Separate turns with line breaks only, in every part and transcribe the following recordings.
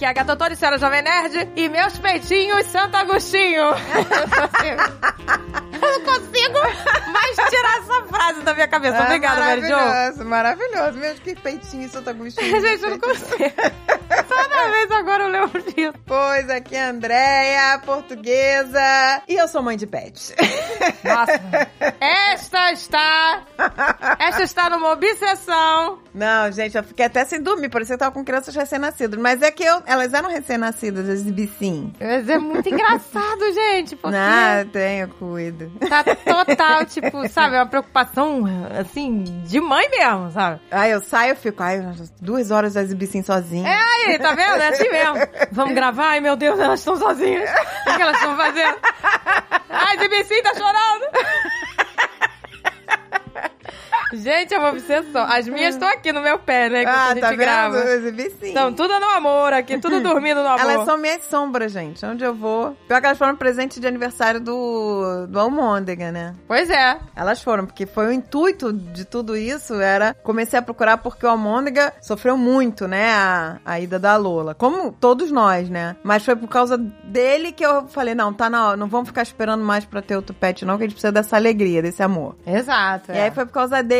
é a Gata Tony, Senhora Jovem Nerd e meus peitinhos Santo Agostinho. Eu não consigo mais tirar essa frase da minha cabeça. É, Obrigada, Mary Jo.
Ah, Maravilhoso, maravilhoso. Mesmo que peitinho Santo Agostinho.
Gente, eu não consigo. Toda vez agora eu lembro disso.
Pois aqui é a Andréia, portuguesa. E eu sou mãe de pet.
Nossa. Esta está. Esta está numa obsessão.
Não, gente, eu fiquei até sem dormir. Parecia que eu tava com crianças recém-nascidas. Mas é que eu, elas eram recém-nascidas, as bicim.
Mas é muito engraçado, gente. Porque
Ah, tem, eu cuido.
tá total, tipo, sabe, uma preocupação assim, de mãe mesmo, sabe?
Aí eu saio, eu fico, ai, duas horas das bicim sozinha.
Aí, tá vendo? É assim mesmo. Vamos gravar? Ai, meu Deus, elas estão sozinhas. O que elas estão fazendo? Ai, DBC tá chorando. Gente, é uma obsessão. As minhas estão aqui no meu pé, né? Quando a
ah,
gente
tá vendo?
grava. tá
As bicim.
Então, tudo no amor aqui, tudo dormindo no amor.
Elas são minhas sombras, gente. Onde eu vou. Pior que elas foram presente de aniversário do, do Almôndega, né?
Pois é.
Elas foram, porque foi o intuito de tudo isso, era... Comecei a procurar porque o Almôndega sofreu muito, né? A, a ida da Lola. Como todos nós, né? Mas foi por causa dele que eu falei, não, tá na hora. Não vamos ficar esperando mais pra ter outro pet, não, que a gente precisa dessa alegria, desse amor.
Exato.
E aí foi por causa dele,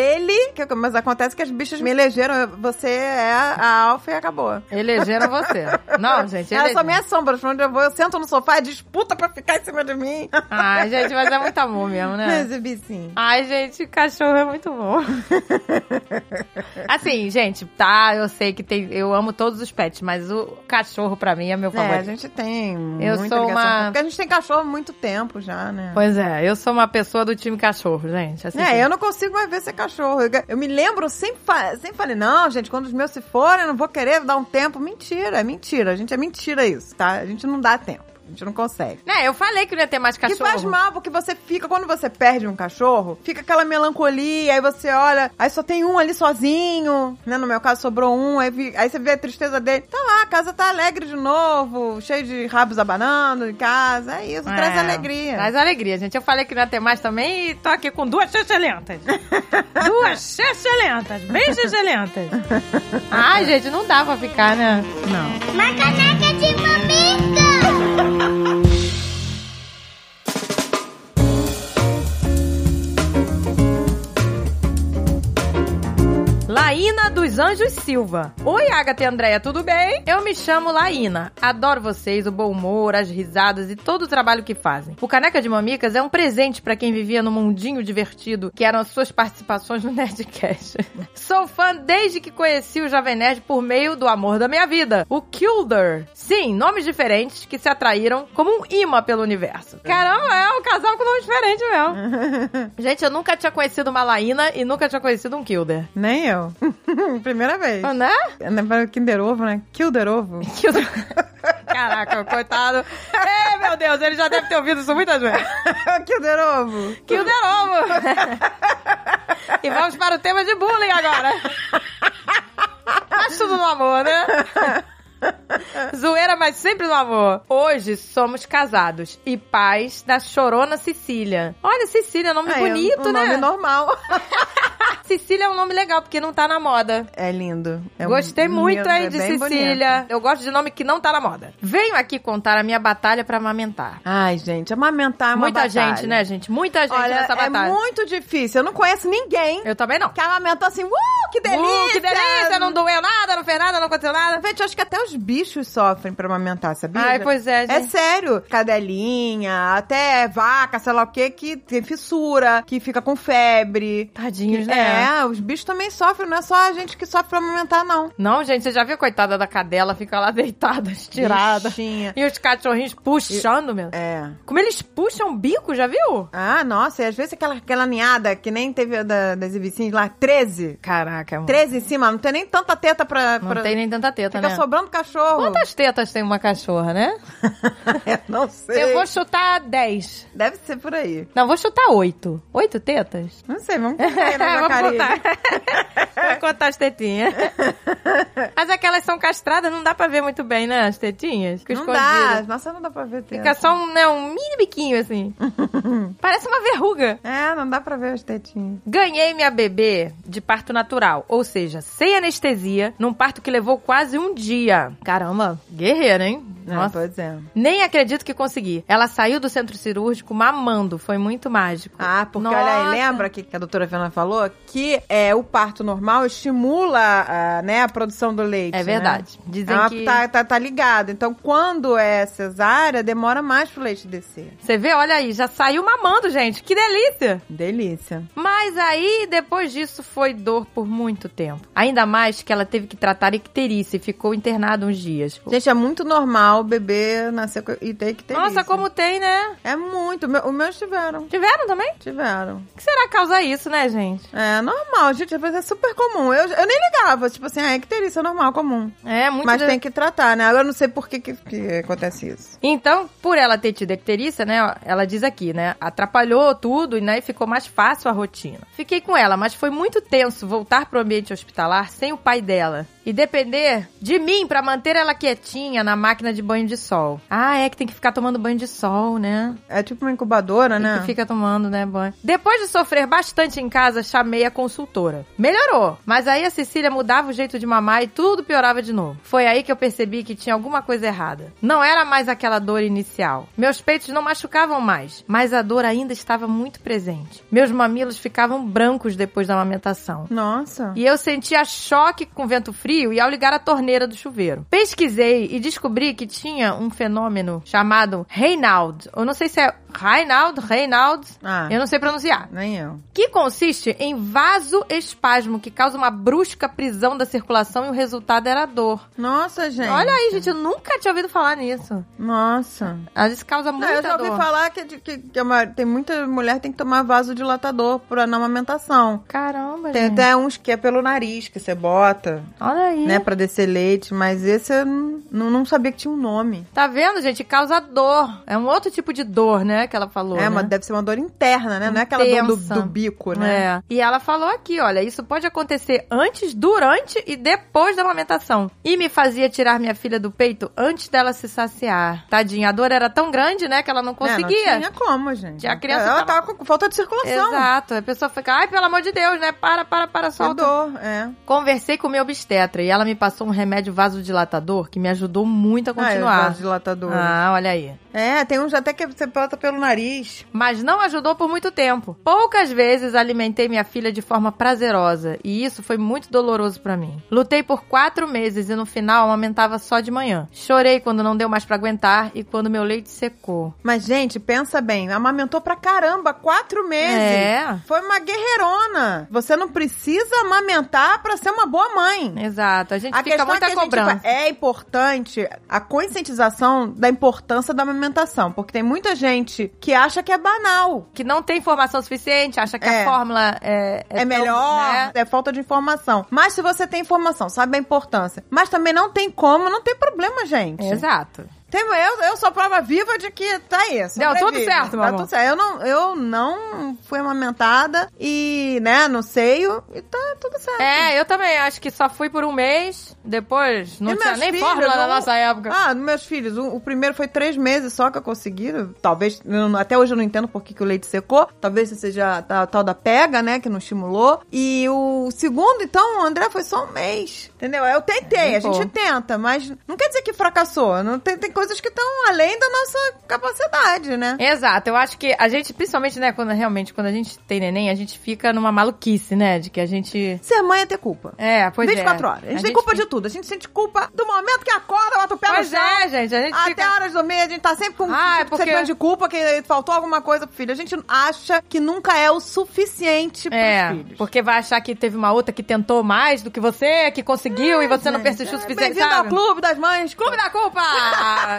que eu- mas acontece que as bichas me elegeram, eu- você é a, a alfa e acabou.
Elegeram você. Não, gente,
Elas são
elegeram.
minhas sombras, pra onde eu vou, eu sento no sofá, disputa pra ficar em cima de mim.
Ai, gente, mas é muito amor mesmo, né?
Mas, bicim.
Ai, gente, cachorro é muito bom. assim, gente, tá, eu sei que tem. Eu amo todos os pets, mas o cachorro, pra mim, é meu
É, a
favorito.
gente tem
Eu
muita
sou
ligação
uma-
com- Porque a gente tem cachorro há muito tempo já, né?
Pois é, eu sou uma pessoa do time cachorro, gente. Assim,
É, eu não consigo mais ver ser cachorro. Eu, eu me lembro, eu sempre, fa- sempre falei, não, gente, quando os meus se forem, eu não vou querer dar um tempo. Mentira, é mentira. A gente é mentira isso, tá? A gente não dá tempo. A gente não consegue.
Né, eu falei que não ia ter mais
Que
cachorro.
faz mal, porque você fica, quando você perde um cachorro, fica aquela melancolia, aí você olha, aí só tem um ali sozinho, né? No meu caso, sobrou um, aí, vi- aí você vê a tristeza dele. Tá lá, a casa tá alegre de novo, cheio de rabos abanando em casa, é isso, traz
É,
alegria.
Traz alegria, gente. Eu falei que não ia ter mais também e tô aqui com duas excelentes. duas excelentes, bem excelentes. Ai, gente, não dá pra ficar, né?
Não.
Uma caneca de mamica!
Laína dos Anjos Silva. Oi, Agatha e Andréia, tudo bem? Eu me chamo Laína. Adoro vocês, o bom humor, as risadas e todo o trabalho que fazem. O Caneca de Mamicas é um presente pra quem vivia no mundinho divertido que eram as suas participações no Nerdcast. Sou fã desde que conheci o Jovem Nerd por meio do amor da minha vida, o Kilder. Sim, nomes diferentes que se atraíram como um imã pelo universo. Caramba, é um casal com nome diferente mesmo. Gente, eu nunca tinha conhecido uma Laína e nunca tinha conhecido um Kilder.
Nem eu. Primeira vez.
Ah, Né?
Lembra o Kinder Ovo, né? Kilder Ovo.
Que eu tô- Caraca, coitado. É, meu Deus, ele já deve ter ouvido isso muitas vezes.
Kinder Ovo.
Que o novo. E vamos para o tema de bullying agora. Mas tudo no amor, né? Zoeira, mas sempre no amor. Hoje somos casados e pais da chorona Cecília. Olha, Cecília, nome
Ah, é
bonito,
um
né?
Nome normal.
Cecília é um nome legal, porque não tá na moda.
É lindo. É um-
Gostei muito
lindo,
aí
é
de
bem bonito.
Cecília. Eu gosto de nome que não tá na moda. Venho aqui contar a minha batalha pra amamentar.
Ai, gente, amamentar é uma
Muita
batalha.
gente, né, gente? Muita gente
Olha,
nessa batalha.
é muito difícil. Eu não conheço ninguém
Eu também não.
que amamentou assim, uh, que delícia!
Uh, que delícia! Não doeu nada, não fez nada, não aconteceu nada.
Gente, eu acho que até os bichos sofrem pra amamentar, sabia?
Ai, pois é,
É
gente.
sério, cadelinha, até vaca, sei lá o que, que tem fissura, que fica com febre.
Tadinhos, né?
É, os bichos também sofrem, não é só a gente que sofre pra amamentar, não.
Não, gente, você já viu, coitada da cadela, fica lá deitada, estirada.
Bichinha.
E os cachorrinhos puxando, meu.
É.
Como eles puxam o bico, já viu?
Ah, nossa, e às vezes aquela, aquela ninhada que nem teve a da, das ibicinhas lá, 13.
Caraca, é um mano.
13 em cima, não tem nem tanta teta pra.
Não
pra-
tem nem tanta teta,
Fica
né?
sobrando cachorro.
Quantas tetas tem uma cachorra, né?
Eu não sei.
Eu vou chutar 10.
Deve ser por aí.
Não, vou chutar oito. Oito tetas?
Não sei, vamos ver na
Vou
Jacareí.
contar. Vou contar as tetinhas. Mas aquelas são castradas, não dá pra ver muito bem, né? As tetinhas. Fica
Não dá,
escondido.
nossa, não dá pra ver teta.
Fica só um, né, um mini biquinho, assim. Parece uma verruga.
É, não dá pra ver as tetinhas.
Ganhei minha bebê de parto natural epidural, ou seja, sem anestesia, num parto que levou quase um dia. Caramba, guerreira, hein?
Ah,
Nossa.
pois é.
Nem acredito que consegui. Ela saiu do centro cirúrgico mamando, foi muito mágico.
Ah, porque olha aí,
Nossa.
lembra que que a doutora Fernanda falou que é, o parto normal estimula a, né, a produção do leite.
É
né?
verdade. Dizem
É uma-
que...
tá, tá, tá ligado. Então, quando é cesárea, demora mais pro leite descer.
Você vê, olha aí, já saiu mamando, gente. Que delícia!
Delícia.
Mas aí, depois disso, foi dor por muito tempo. Ainda mais que ela teve que tratar icterícia e ficou internada uns dias.
Gente, é muito normal o bebê nascer com- e ter que ter
Nossa,
isso.
como tem, né?
É muito. O meu- Os meus tiveram.
Tiveram também?
Tiveram.
O que será que causa isso, né, gente?
É normal, gente. Às vezes é super comum. Eu, eu nem ligava. Tipo assim, ah, é que ter isso, é normal, comum.
É, muito
Mas
de-
tem que tratar, né? Agora eu não sei por que, que, que acontece isso.
Então, por ela ter tido icterícia, né, ela diz aqui, né, atrapalhou tudo e né, ficou mais fácil a rotina. Fiquei com ela, mas foi muito tenso voltar pro ambiente hospitalar sem o pai dela e depender de mim pra manter ela quietinha na máquina de banho de sol. Ah, é que tem que ficar tomando banho de sol, né?
É tipo uma incubadora,
E
né?
que fica tomando, né, banho. Depois de sofrer bastante em casa, chamei a consultora. Melhorou, mas aí a Cecília mudava o jeito de mamar e tudo piorava de novo. Foi aí que eu percebi que tinha alguma coisa errada. Não era mais aquela dor inicial. Meus peitos não machucavam mais, mas a dor ainda estava muito presente. Meus mamilos ficavam brancos depois da amamentação.
Nossa.
E eu sentia choque com vento frio e ao ligar a torneira do chuveiro. Pesquisei e descobri que tinha um fenômeno chamado Reinald. Eu não sei se é Reinald, Reinald,
Ah.
eu não sei pronunciar.
Nem eu.
Que consiste em vasoespasmo, que causa uma brusca prisão da circulação e o resultado era dor.
Nossa, gente.
Olha aí, gente, eu nunca tinha ouvido falar nisso.
Nossa.
Às vezes causa
Não,
muita
eu já ouvi
dor.
falar que, de- que, que é uma- tem muita mulher que tem que tomar vasodilatador pra, na amamentação.
Caramba,
Tem
gente.
até uns que é pelo nariz que você bota,
Olha aí.
né, pra descer leite, mas esse eu não, não- não sabia que tinha um nome.
Tá vendo, gente? Causa dor. É um outro tipo de dor, né, que ela falou.
É,
né?
mas deve ser uma dor interna, né? Não é aquela dor do,
Intensa.
do bico, né?
É. E ela falou aqui, olha, isso pode acontecer antes, durante e depois da amamentação. E me fazia tirar minha filha do peito antes dela se saciar. Tadinha, a dor era tão grande, né, que ela não conseguia.
É, não tinha como, gente.
Tinha a criança
Ela
tava-
tava com falta de circulação.
Exato. A pessoa fica, ai, pelo amor de Deus, né? Para, para, para,
Que
solta.
dor, é.
Conversei com minha obstetra e ela me passou um remédio vasodilatador que me ajudou muito a continuar.
Ah, é, vasodilatador.
Ah, olha aí.
É, tem uns até que você bota pelo nariz.
mas não ajudou por muito tempo. Poucas vezes alimentei minha filha de forma prazerosa e isso foi muito doloroso pra mim. Lutei por quatro meses e no final amamentava só de manhã. Chorei quando não deu mais pra aguentar e quando meu leite secou.
Mas, gente, pensa bem. Amamentou pra caramba, quatro meses.
É.
Foi uma guerreirona. Você não precisa amamentar pra ser uma boa mãe.
Exato, É. a gente
A
fica
questão é
muita
que a gente,
cobrança.
tipo, é importante a conscientização da importância da amamentação, porque tem muita gente que acha que é banal.
Que não tem informação suficiente, acha que
É.
a fórmula é.
É,
tão,
melhor,
né?
é falta de informação. Mas se você tem informação, sabe a importância. Mas também não tem como, não tem problema, gente.
Exato.
Tem- eu, eu sou prova viva de que tá isso.
Deu tudo certo, meu
Tá
amor.
tudo certo. Eu não, eu não fui amamentada e, né, não sei, e tá tudo certo.
É, eu também acho que só fui por um mês, depois não
E
tinha
meus
nem
filhos,
fórmula na
não-
nossa época.
Ah, nos meus filhos, o, o primeiro foi três meses só que eu consegui. Talvez, eu não- até hoje eu não entendo por que, que o leite secou. Talvez seja a ta- tal da pega, né, que não estimulou. E o segundo, então, o André foi só um mês. Entendeu? Eu tentei, a
Pô.
gente tenta, mas não quer dizer que fracassou. Não tem, tem coisas que estão além da nossa capacidade, né?
É. Exato, eu acho que a gente, principalmente, né, quando realmente, quando a gente tem neném, a gente fica numa maluquice, né? De que a gente.
Ser mãe é ter culpa.
É, pois
24
é.
horas. A gente tem culpa de tudo. A gente sente culpa do momento que acorda, bota o pé
Pois
no chão.
é, gente, a gente
Até
fica.
horas do meio, a gente tá sempre com
Ah, é
sempre
porque-
sentimento de culpa que faltou alguma coisa pro filho. A gente acha que nunca é o suficiente pros
É,
filhos.
porque vai achar que teve uma outra que tentou mais do que você, que conseguiu e você não persistiu o suficiente.
É, Bem-vindo ao
sabe?
clube das mães.
Clube da culpa!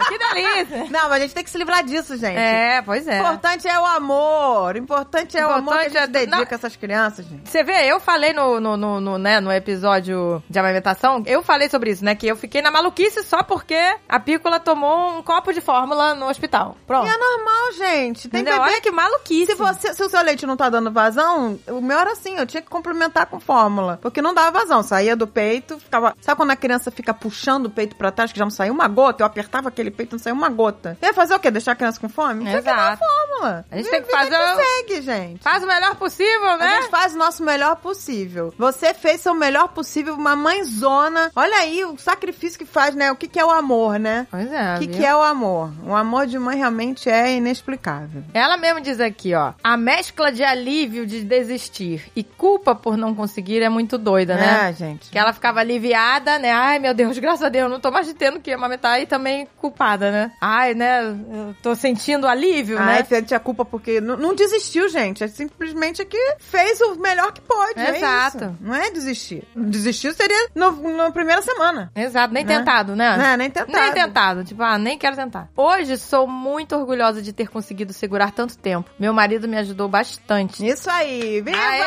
que delícia!
Não, mas a gente tem que se livrar disso, gente.
É, pois
O
é.
importante é o amor. O importante é o amor que a
Importante
gente
é-
dedica
Não.
a essas crianças, gente.
Você vê, eu falei no, no, no, no, né, no episódio de amamentação, eu falei sobre isso, né? Que eu fiquei na maluquice só porque a pícola tomou um copo de fórmula no hospital.
E
Pronto.
é normal, gente. Tem
Entendeu?
bebê
Olha que maluquice.
Se, você, se o seu leite não tá dando vazão, o meu era assim, eu tinha que complementar com fórmula. Porque não dava vazão, saía do peito, ficava. Sabe quando a criança fica puxando o peito pra trás, que já não saiu uma gota? Eu apertava, daquele peito não saiu uma gota. Ia fazer o quê? Deixar a criança com fome? Não sei o que,
Exato.
não, fórmula.
A gente tem que
Ninguém
fazer o-
consegue, gente.
Faz o melhor possível,
A
né?
gente faz o nosso melhor possível. Você fez seu melhor possível, uma mãezona. Olha aí o sacrifício que faz, né? O que, que é o amor, né?
Pois é.
O que,
viu?
que é o amor? O amor de mãe realmente é inexplicável.
Ela mesma diz aqui, ó. A mescla de alívio de desistir e culpa por não conseguir é muito doida, né?
É, gente.
Que ela ficava aliviada, né? Ai, meu Deus, graças a Deus, não tô mais tendo que amamentar e também culpada, né? Ai, né? Eu tô sentindo alívio,
Ai,
né?
sente a culpa porque não, não desistiu, gente. É simplesmente que fez o melhor que pode. é
Exato.
isso. Não é desistir. Desistir seria no- na primeira semana.
Exato, nem
Né?
tentado, né?
Né, nem tentado.
Nem tentado, tipo, ah, nem quero tentar. Hoje sou muito orgulhosa de ter conseguido segurar tanto tempo. Meu marido me ajudou bastante.
Isso aí. Viva!
Aê,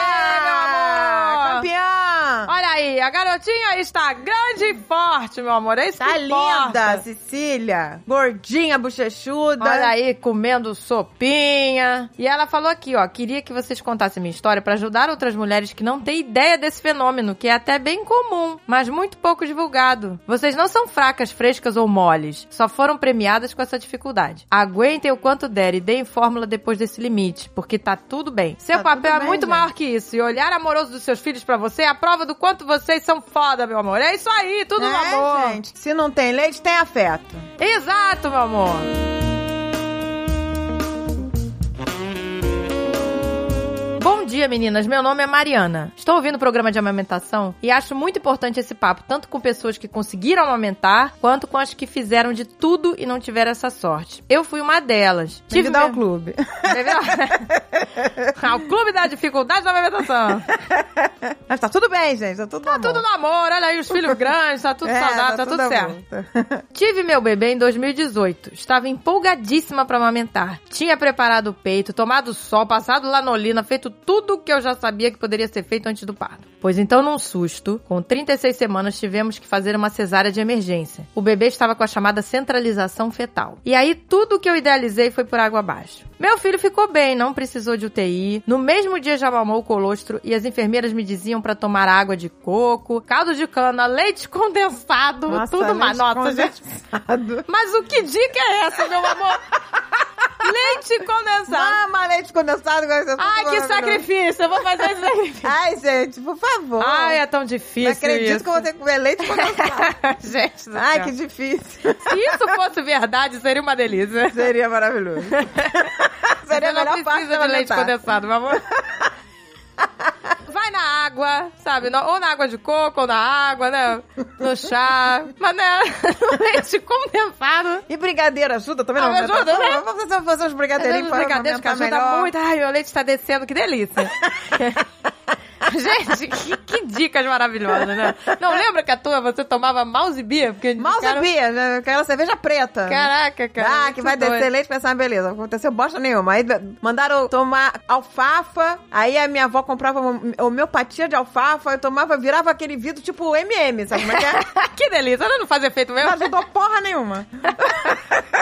meu amor!
Campeã!
Olha aí, a garotinha está grande e forte, meu amor. É isso
Tá
que
linda,
importa.
Cecília. Gordinha, bochechuda.
Olha aí, comendo sopinha. E ela falou aqui, ó, queria que vocês contassem minha história pra ajudar outras mulheres que não têm ideia desse fenômeno, que é até bem comum, mas muito pouco divulgado. Vocês não são fracas, frescas ou moles, só foram premiadas com essa dificuldade. Aguentem o quanto der e deem fórmula depois desse limite, porque tá tudo bem. Seu
Tá
papel
tudo
é
bem,
muito
gente.
maior que isso, e olhar amoroso dos seus filhos pra você é a prova do quanto vocês são foda, meu amor. É isso aí, tudo no
É,
amor.
gente. Se não tem leite, tem afeto.
Exato, meu amor. Bom dia, meninas. Meu nome é Mariana. Estou ouvindo o programa de amamentação e acho muito importante esse papo, tanto com pessoas que conseguiram amamentar, quanto com as que fizeram de tudo e não tiveram essa sorte. Eu fui uma delas.
Tive que dar o
ver-
clube.
Entendeu? Ao clube da dificuldade da
Tá
amamentação.
Mas tá tudo bem, gente. Tá tudo Tá
Tudo no amor, olha aí os filhos grandes, tá
É,
tudo saudável, tá tudo certo. Tive meu bebê em 2018. Estava empolgadíssima para amamentar. Tinha preparado o peito, tomado sol, passado lanolina, feito tudo o que eu já sabia que poderia ser feito antes do parto. Pois então, num susto, com 36 semanas tivemos que fazer uma cesárea de emergência. O bebê estava com a chamada centralização fetal. E aí tudo o que eu idealizei foi por água abaixo. Meu filho ficou bem, não precisou de UTI. No mesmo dia já mamou o colostro e as enfermeiras me diziam para tomar água de coco, caldo de cana, leite condensado, tudo mais. Nossa, gente,
condensado.
mas o que dica é essa, meu amor? Leite condensado.
Mama, leite condensado. agora você tá
Tá. Ai, que
falando.
sacrifício. Eu vou fazer esse sacrifício.
Ai, gente, por favor.
Ai, é tão
Não
difícil
acredito
isso.
que eu vou ter que comer leite condensado.
Gente do
Ai,
céu.
que difícil.
Se isso fosse verdade, seria uma delícia.
Seria maravilhoso. Seria a
Você
melhor
não
parte
precisa de leite
alimentar.
condensado, meu amor. Vai na água, sabe? No- Ou na água de coco, ou na água, né? No chá. Mas, né? Leite condensado.
E brigadeiro ajuda também?
Ah,
não,
me ajuda,
Vamos-
né?
Vamos fazer, fazer uns
Brigadeirinho
brigadeirinhos pra
brigadeiro que ajuda
amamentar tá melhor.
muito. Ai, meu leite está descendo, que delícia. Gente, que, que dicas maravilhosas, né? Não lembra que a tua você tomava mouse beer? Porque
Mal
cara-
sabia, né? Aquela cerveja preta.
Caraca, cara.
ah, que
muito
vai descer
doido.
leite, pensar, ah, beleza, não aconteceu bosta nenhuma. Aí mandaram eu tomar alfafa, aí a minha avó comprava home- homeopatia de alfafa, eu tomava, virava aquele vidro tipo MM, sabe como é que é?
que delícia. Ela não faz efeito
Não
mesmo?
ajudou porra nenhuma.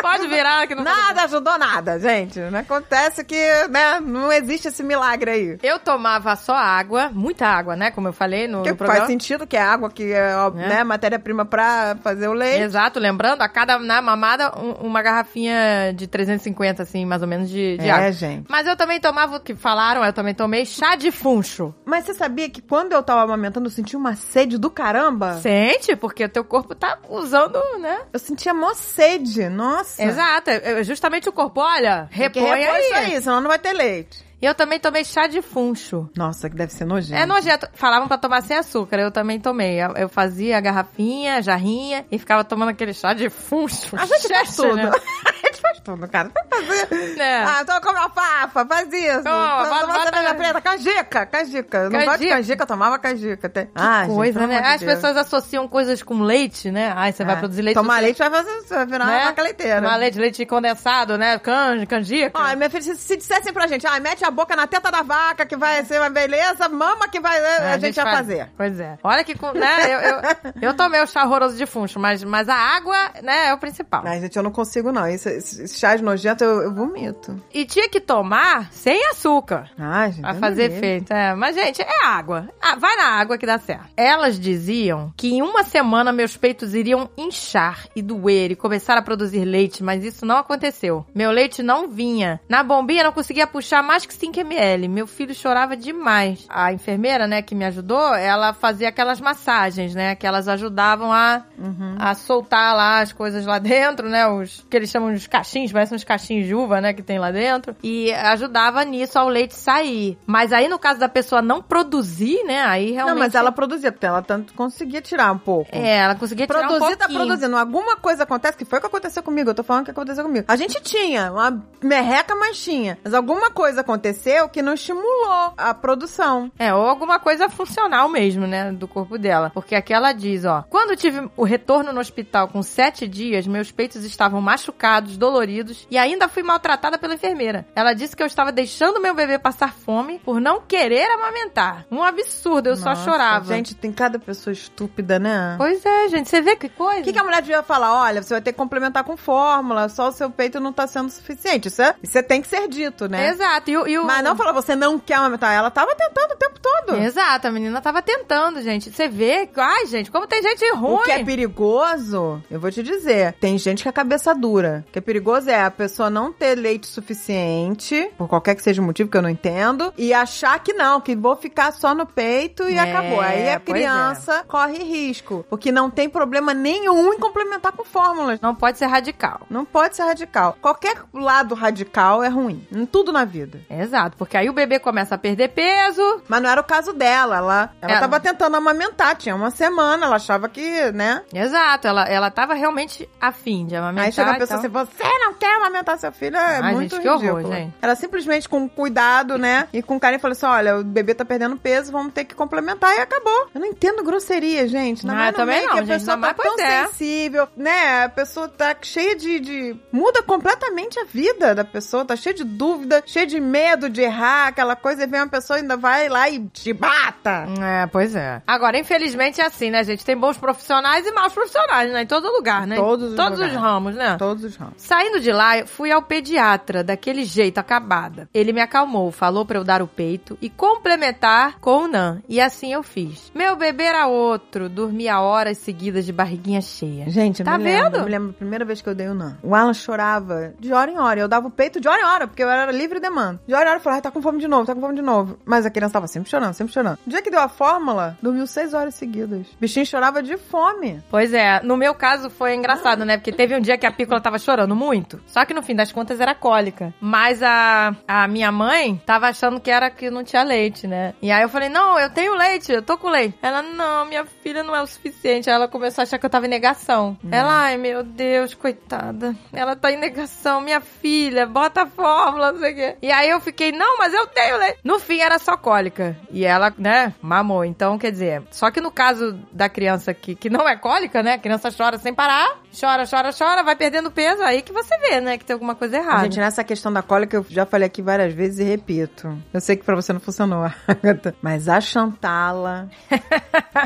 Pode virar que não faz
Nada ajudou nada, gente. Não acontece que, né, não existe esse milagre aí.
Eu tomava só água, muita água, né? Como eu falei no,
Porque
no
faz
programa.
sentido que é água que é, ó, né, matéria-prima pra fazer o leite.
Exato, lembrando, a cada na mamada, um- uma garrafinha de 350, assim, mais ou menos, de, de
É,
água.
gente.
Mas eu também tomava o que falaram, eu também tomei chá de funcho.
Mas você sabia que quando eu tava amamentando, eu sentia uma sede do caramba?
Sente, porque o teu corpo tá usando, né?
Eu sentia mó sede, nossa.
Exato, é- é justamente o corpo, olha,
Porque
repõe aí.
isso aí, senão não vai ter leite.
E eu também tomei chá de funcho.
Nossa, que deve ser nojento.
É nojento. Falavam pra tomar sem açúcar, eu também tomei. Eu, eu fazia a garrafinha, a jarrinha e ficava tomando aquele chá de funcho.
A gente faz
Chester,
tudo.
né?
A gente faz tudo, cara. Vai fazer.
É.
Ah, então come uma fafa, faz isso.
Toma,
toma
bota-
uma
bota-
cerveja preta, canjica, canjica. Não gosto de
Canjica.
canjica, eu tomava canjica. Até. Ah, gente,
coisa,
pelo
né?
amor de
As
Deus.
pessoas associam coisas com leite, né? Ai, você vai
É.
produzir leite.
Tomar
você-
leite vai, fazer, vai virar
né?
uma vaca leiteira.
Tomar leite, leite condensado, né? Can, canjica.
Ó, minha filha, se, se dissessem pra gente, ah, mete a boca na teta da vaca que vai ser uma beleza, mama que vai,
É,
a, gente ia
faz.
fazer.
Pois é. Olha que, com- né, eu, eu, eu tomei o chá horroroso de funcho, mas, mas a água, né, é o principal.
Ai, gente, eu não consigo não. Isso, isso, esses chás nojentos, eu, eu vomito.
E tinha que tomar sem açúcar.
Ai, gente.
Pra
Deus
fazer
me livre.
efeito, é. Mas, gente, é água. Ah, vai na água que dá certo. Elas diziam que em uma semana meus peitos iriam inchar e doer e começar a produzir leite, mas isso não aconteceu. Meu leite não vinha. Na bombinha não conseguia puxar mais que 5 ml. Meu filho chorava demais. A enfermeira, né, que me ajudou, ela fazia aquelas massagens, né, que elas ajudavam a,
Uhum.
a soltar lá as coisas lá dentro, né, os que eles chamam de caixinhos, parecem uns caixinhos de uva, né, que tem lá dentro, e ajudava nisso ao leite sair. Mas aí no caso da pessoa não produzir, né, aí realmente
Não, mas ela produzia, porque ela tanto conseguia tirar um pouco.
é, ela conseguia tirar
Produzir
um
tá
pouquinho.
produzindo. Alguma coisa acontece, que foi o que aconteceu comigo. Eu tô falando que aconteceu comigo. A gente tinha uma merreca, mas tinha. Mas alguma coisa aconteceu que não estimulou a produção.
É, ou alguma coisa funcional mesmo, né, do corpo dela. Porque aqui ela diz, ó, quando tive o retorno no hospital com sete dias, meus peitos estavam machucados, doloridos e ainda fui maltratada pela enfermeira. Ela disse que eu estava deixando meu bebê passar fome por não querer amamentar. Um absurdo, eu só
Nossa,
chorava.
Gente, tem cada pessoa estúpida, né?
Pois é, gente, você vê que coisa?
O que, que a mulher devia falar? Olha, você vai ter que complementar com fórmula, só o seu peito não tá sendo suficiente. Isso, é, isso é- tem que ser dito, né?
Exato, e, o- e o...
Mas não falar, você não quer amamentar. Ela tava tentando o tempo todo.
Exato, a menina tava tentando, gente. Você vê, que- ai, gente, como tem gente ruim.
O que é perigoso, eu vou te dizer, tem gente que é cabeça dura. O que é perigoso é a pessoa não ter leite suficiente, por qualquer que seja o motivo que eu não entendo, e achar que não, que vou ficar só no peito e
É,
acabou. Aí a
pois é.
criança corre risco, porque não tem problema nenhum em complementar com fórmulas.
Não pode ser radical.
Não pode ser radical. Qualquer lado radical é ruim, em tudo na vida.
Exato, porque aí o bebê começa a perder peso,
Mas não era o caso dela, ela, ela
Ela-
tava tentando amamentar, tinha uma semana, ela achava que, né?
Exato, ela, ela tava realmente afim de amamentar.
Aí chega a
e
pessoa
tal.
assim, você não quer amamentar seu filho? É
Ai,
muito
gente, que horror,
ridículo.
gente.
Ela simplesmente com cuidado, né? E com carinho falou assim, olha, o bebê tá perdendo peso, vamos ter que complementar e acabou. Eu não entendo grosseria, gente. Na
Ah,
mais
eu também
meio que
não,
a
gente,
pessoa
na
tá
mais,
tão
pois é.
sensível, né? A pessoa tá cheia de, de- Muda completamente a vida da pessoa, tá cheia de dúvida, cheia de medo de errar, aquela coisa, e vem uma pessoa e ainda vai lá e te mata.
É, pois é. Agora, infelizmente é assim, né, gente? Tem bons profissionais e maus profissionais, né? Em todo lugar, né? Em
Todos os lugares.
ramos, né?
Todos os ramos.
Saindo de lá, eu fui ao pediatra, daquele jeito, acabada. Ele me acalmou, falou pra eu dar o peito e complementar com o NAN. E assim eu fiz. Meu bebê era outro, dormia horas seguidas de barriguinha cheia.
Gente, eu
Tá
me lembro,
vendo?
eu me lembro a primeira vez que eu dei o Nan. O Alan chorava de hora em hora. Eu dava o peito de hora em hora, porque eu era livre demanda. De hora em hora eu falava, "Ai, tá com fome de novo, tá com fome de novo. Mas a criança tava sempre chorando, sempre chorando. No dia que deu a fórmula, dormiu seis horas seguidas. O bichinho chorava de fome.
Pois é, no meu caso foi engraçado, né? Porque teve um dia que a pícola tava chorando muito. Só que no fim das contas era cólica. Mas a, a minha mãe tava achando que era que não tinha leite, né? E aí eu falei: não, eu tenho leite, eu tô com leite. Ela, não, minha filha não é o suficiente. Aí ela começou a achar que eu tava em negação. Ela, ai meu Deus, coitada. Ela tá em negação, minha filha, bota a fórmula, não sei o quê. E aí eu fiquei, não, mas eu tenho leite. No fim era só cólica. E ela, né, mamou. Então, quer dizer, só que no caso da criança que, que não é cólica, né, a criança chora sem parar, chora, chora, chora, vai perdendo peso, aí que você vê, né, que tem alguma coisa errada.
Gente, nessa questão da cólica, eu já falei aqui várias vezes e repito. Eu sei que pra você não funcionou, Agatha. Mas a Chantala...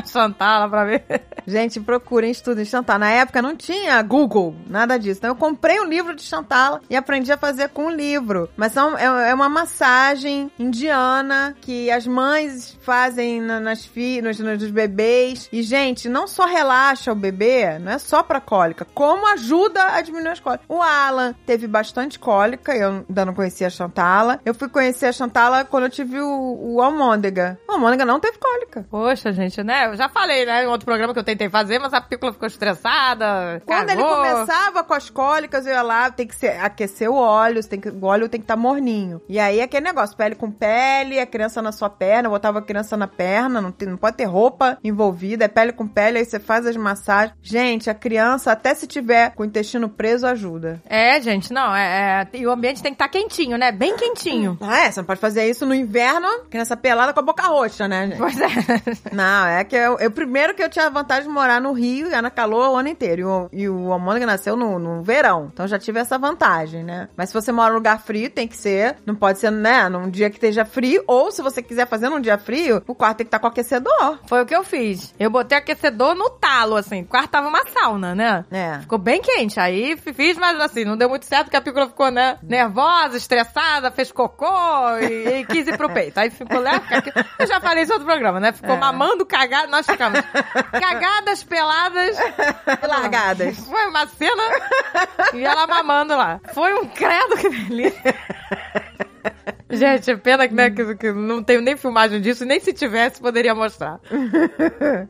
Chantala pra ver.
Gente, procurem estudo em Chantal. Na época não tinha Google, nada disso. Então eu comprei um livro de Chantal e aprendi a fazer com o livro. Mas são, é, é uma massagem indiana que as mães fazem na- nas fi, nos, nos bebês. E, gente, não só relaxa o bebê, não é só pra cólica, como ajuda a diminuir as cólicas. O Alan teve bastante cólica, eu ainda não conhecia a Chantala. Eu fui conhecer a Chantala quando eu tive o, o Almôndega. O Almôndega não teve cólica.
Poxa, gente, né, eu já falei, né, em outro programa que eu tentei fazer, mas a pícola ficou estressada,
Quando ele
cagou.
começava com as cólicas, eu ia lá, tem que ser- aquecer o óleo, tem que, o óleo tem que estar morninho. E aí aquele negócio, pele com pele, a criança na sua perna, eu botava a criança na perna, não, tem- não pode ter roupa envolvida, é pele com pele, aí você faz as massagens. Gente, a criança, até se tiver com o intestino preso, ajuda.
É, gente, não, é, é- E o ambiente tem que estar quentinho, né? Bem quentinho.
Ah, é? Você não pode fazer isso no inverno, criança pelada com a boca roxa, né, gente?
Pois é.
Não, é que eu, eu- primeiro que eu tinha a vantagem de morar no Rio e era calor o ano inteiro. E o, e o Almôndega nasceu no, no verão. Então já tive essa vantagem, né? Mas se você mora em lugar frio, tem que ser. Não pode ser, né? Num dia que esteja frio. Ou se você quiser fazer num dia frio, o quarto tem que estar com aquecedor.
Foi o que eu fiz. Eu botei aquecedor no talo, assim. O quarto tava uma sauna, né?
É.
Ficou bem quente. Aí f- fiz, mas assim, não deu muito certo, porque a pílula ficou, né, nervosa, estressada, fez cocô e, e quis ir pro peito. Aí ficou, né, ca- eu já falei isso no outro programa, né? Ficou
É.
mamando, cagada, nós ficamos cagadas, peladas
E largadas.
Foi uma cena e ela mamando lá. Foi um credo que delícia. Gente, pena que, né, que- que não tenho nem filmagem disso, nem se tivesse poderia mostrar.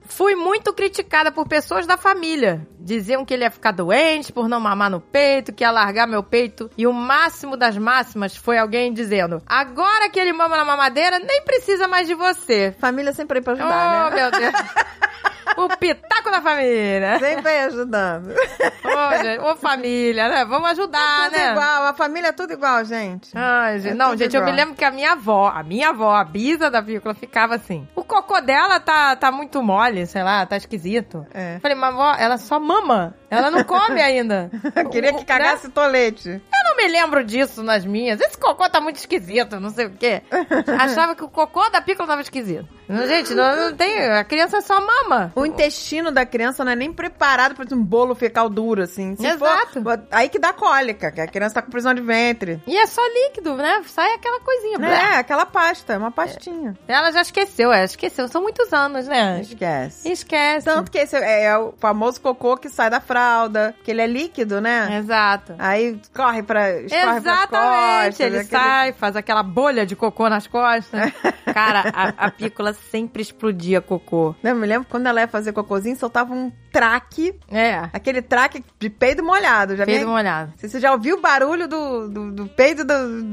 Fui muito criticada por pessoas da família. Diziam que ele ia ficar doente por não mamar no peito, que ia largar meu peito. E o máximo das máximas foi alguém dizendo: agora que ele mama na mamadeira, nem precisa mais de você.
Família sempre aí pra
oh,
ajudar, né?
meu Deus. O pitaco da família.
Sempre aí ajudando.
Ô, gente, ô família, né? Vamos ajudar,
tudo
né? Ah,
igual, a família é tudo igual, gente.
Ai, gente,
É
não,
tudo
gente, eu me
igual.
lembro que a minha avó, a minha avó, a Bisa da Vírgula, ficava assim. O cocô dela tá, tá muito mole, sei lá, tá esquisito.
É.
Falei, mas avó, ela só mama. Ela não come ainda.
Queria
O-
que
né?
cagasse tolete.
Eu não me lembro disso nas minhas. Esse cocô tá muito esquisito, não sei o quê. Achava que o cocô da pícola tava esquisito. Gente, não, não tem. A criança é só mama.
O intestino da criança não é nem preparado pra um bolo fecal duro, assim. Se for-
Exato.
aí que dá cólica, que a criança tá com prisão de ventre.
E é só líquido, né? Sai aquela coisinha. blá.
É, aquela pasta, é uma pastinha.
Ela já esqueceu, é, esqueceu. São muitos anos, né?
Esquece.
Esquece.
Tanto que esse é, é o famoso cocô que sai da fralda, que ele é líquido, né?
Exato.
Aí corre pra. escorre pras
Exatamente.
costas,
Ele
aquele-
sai, faz aquela bolha de cocô nas costas. Cara, a, a pícola sempre explodia cocô.
Não, eu me lembro quando ela ia fazer cocôzinho, soltava um traque,
É.
aquele traque de peido molhado. Já
Fez
vi-
uma olhada.
Você você já ouviu o barulho do, do, do peido do-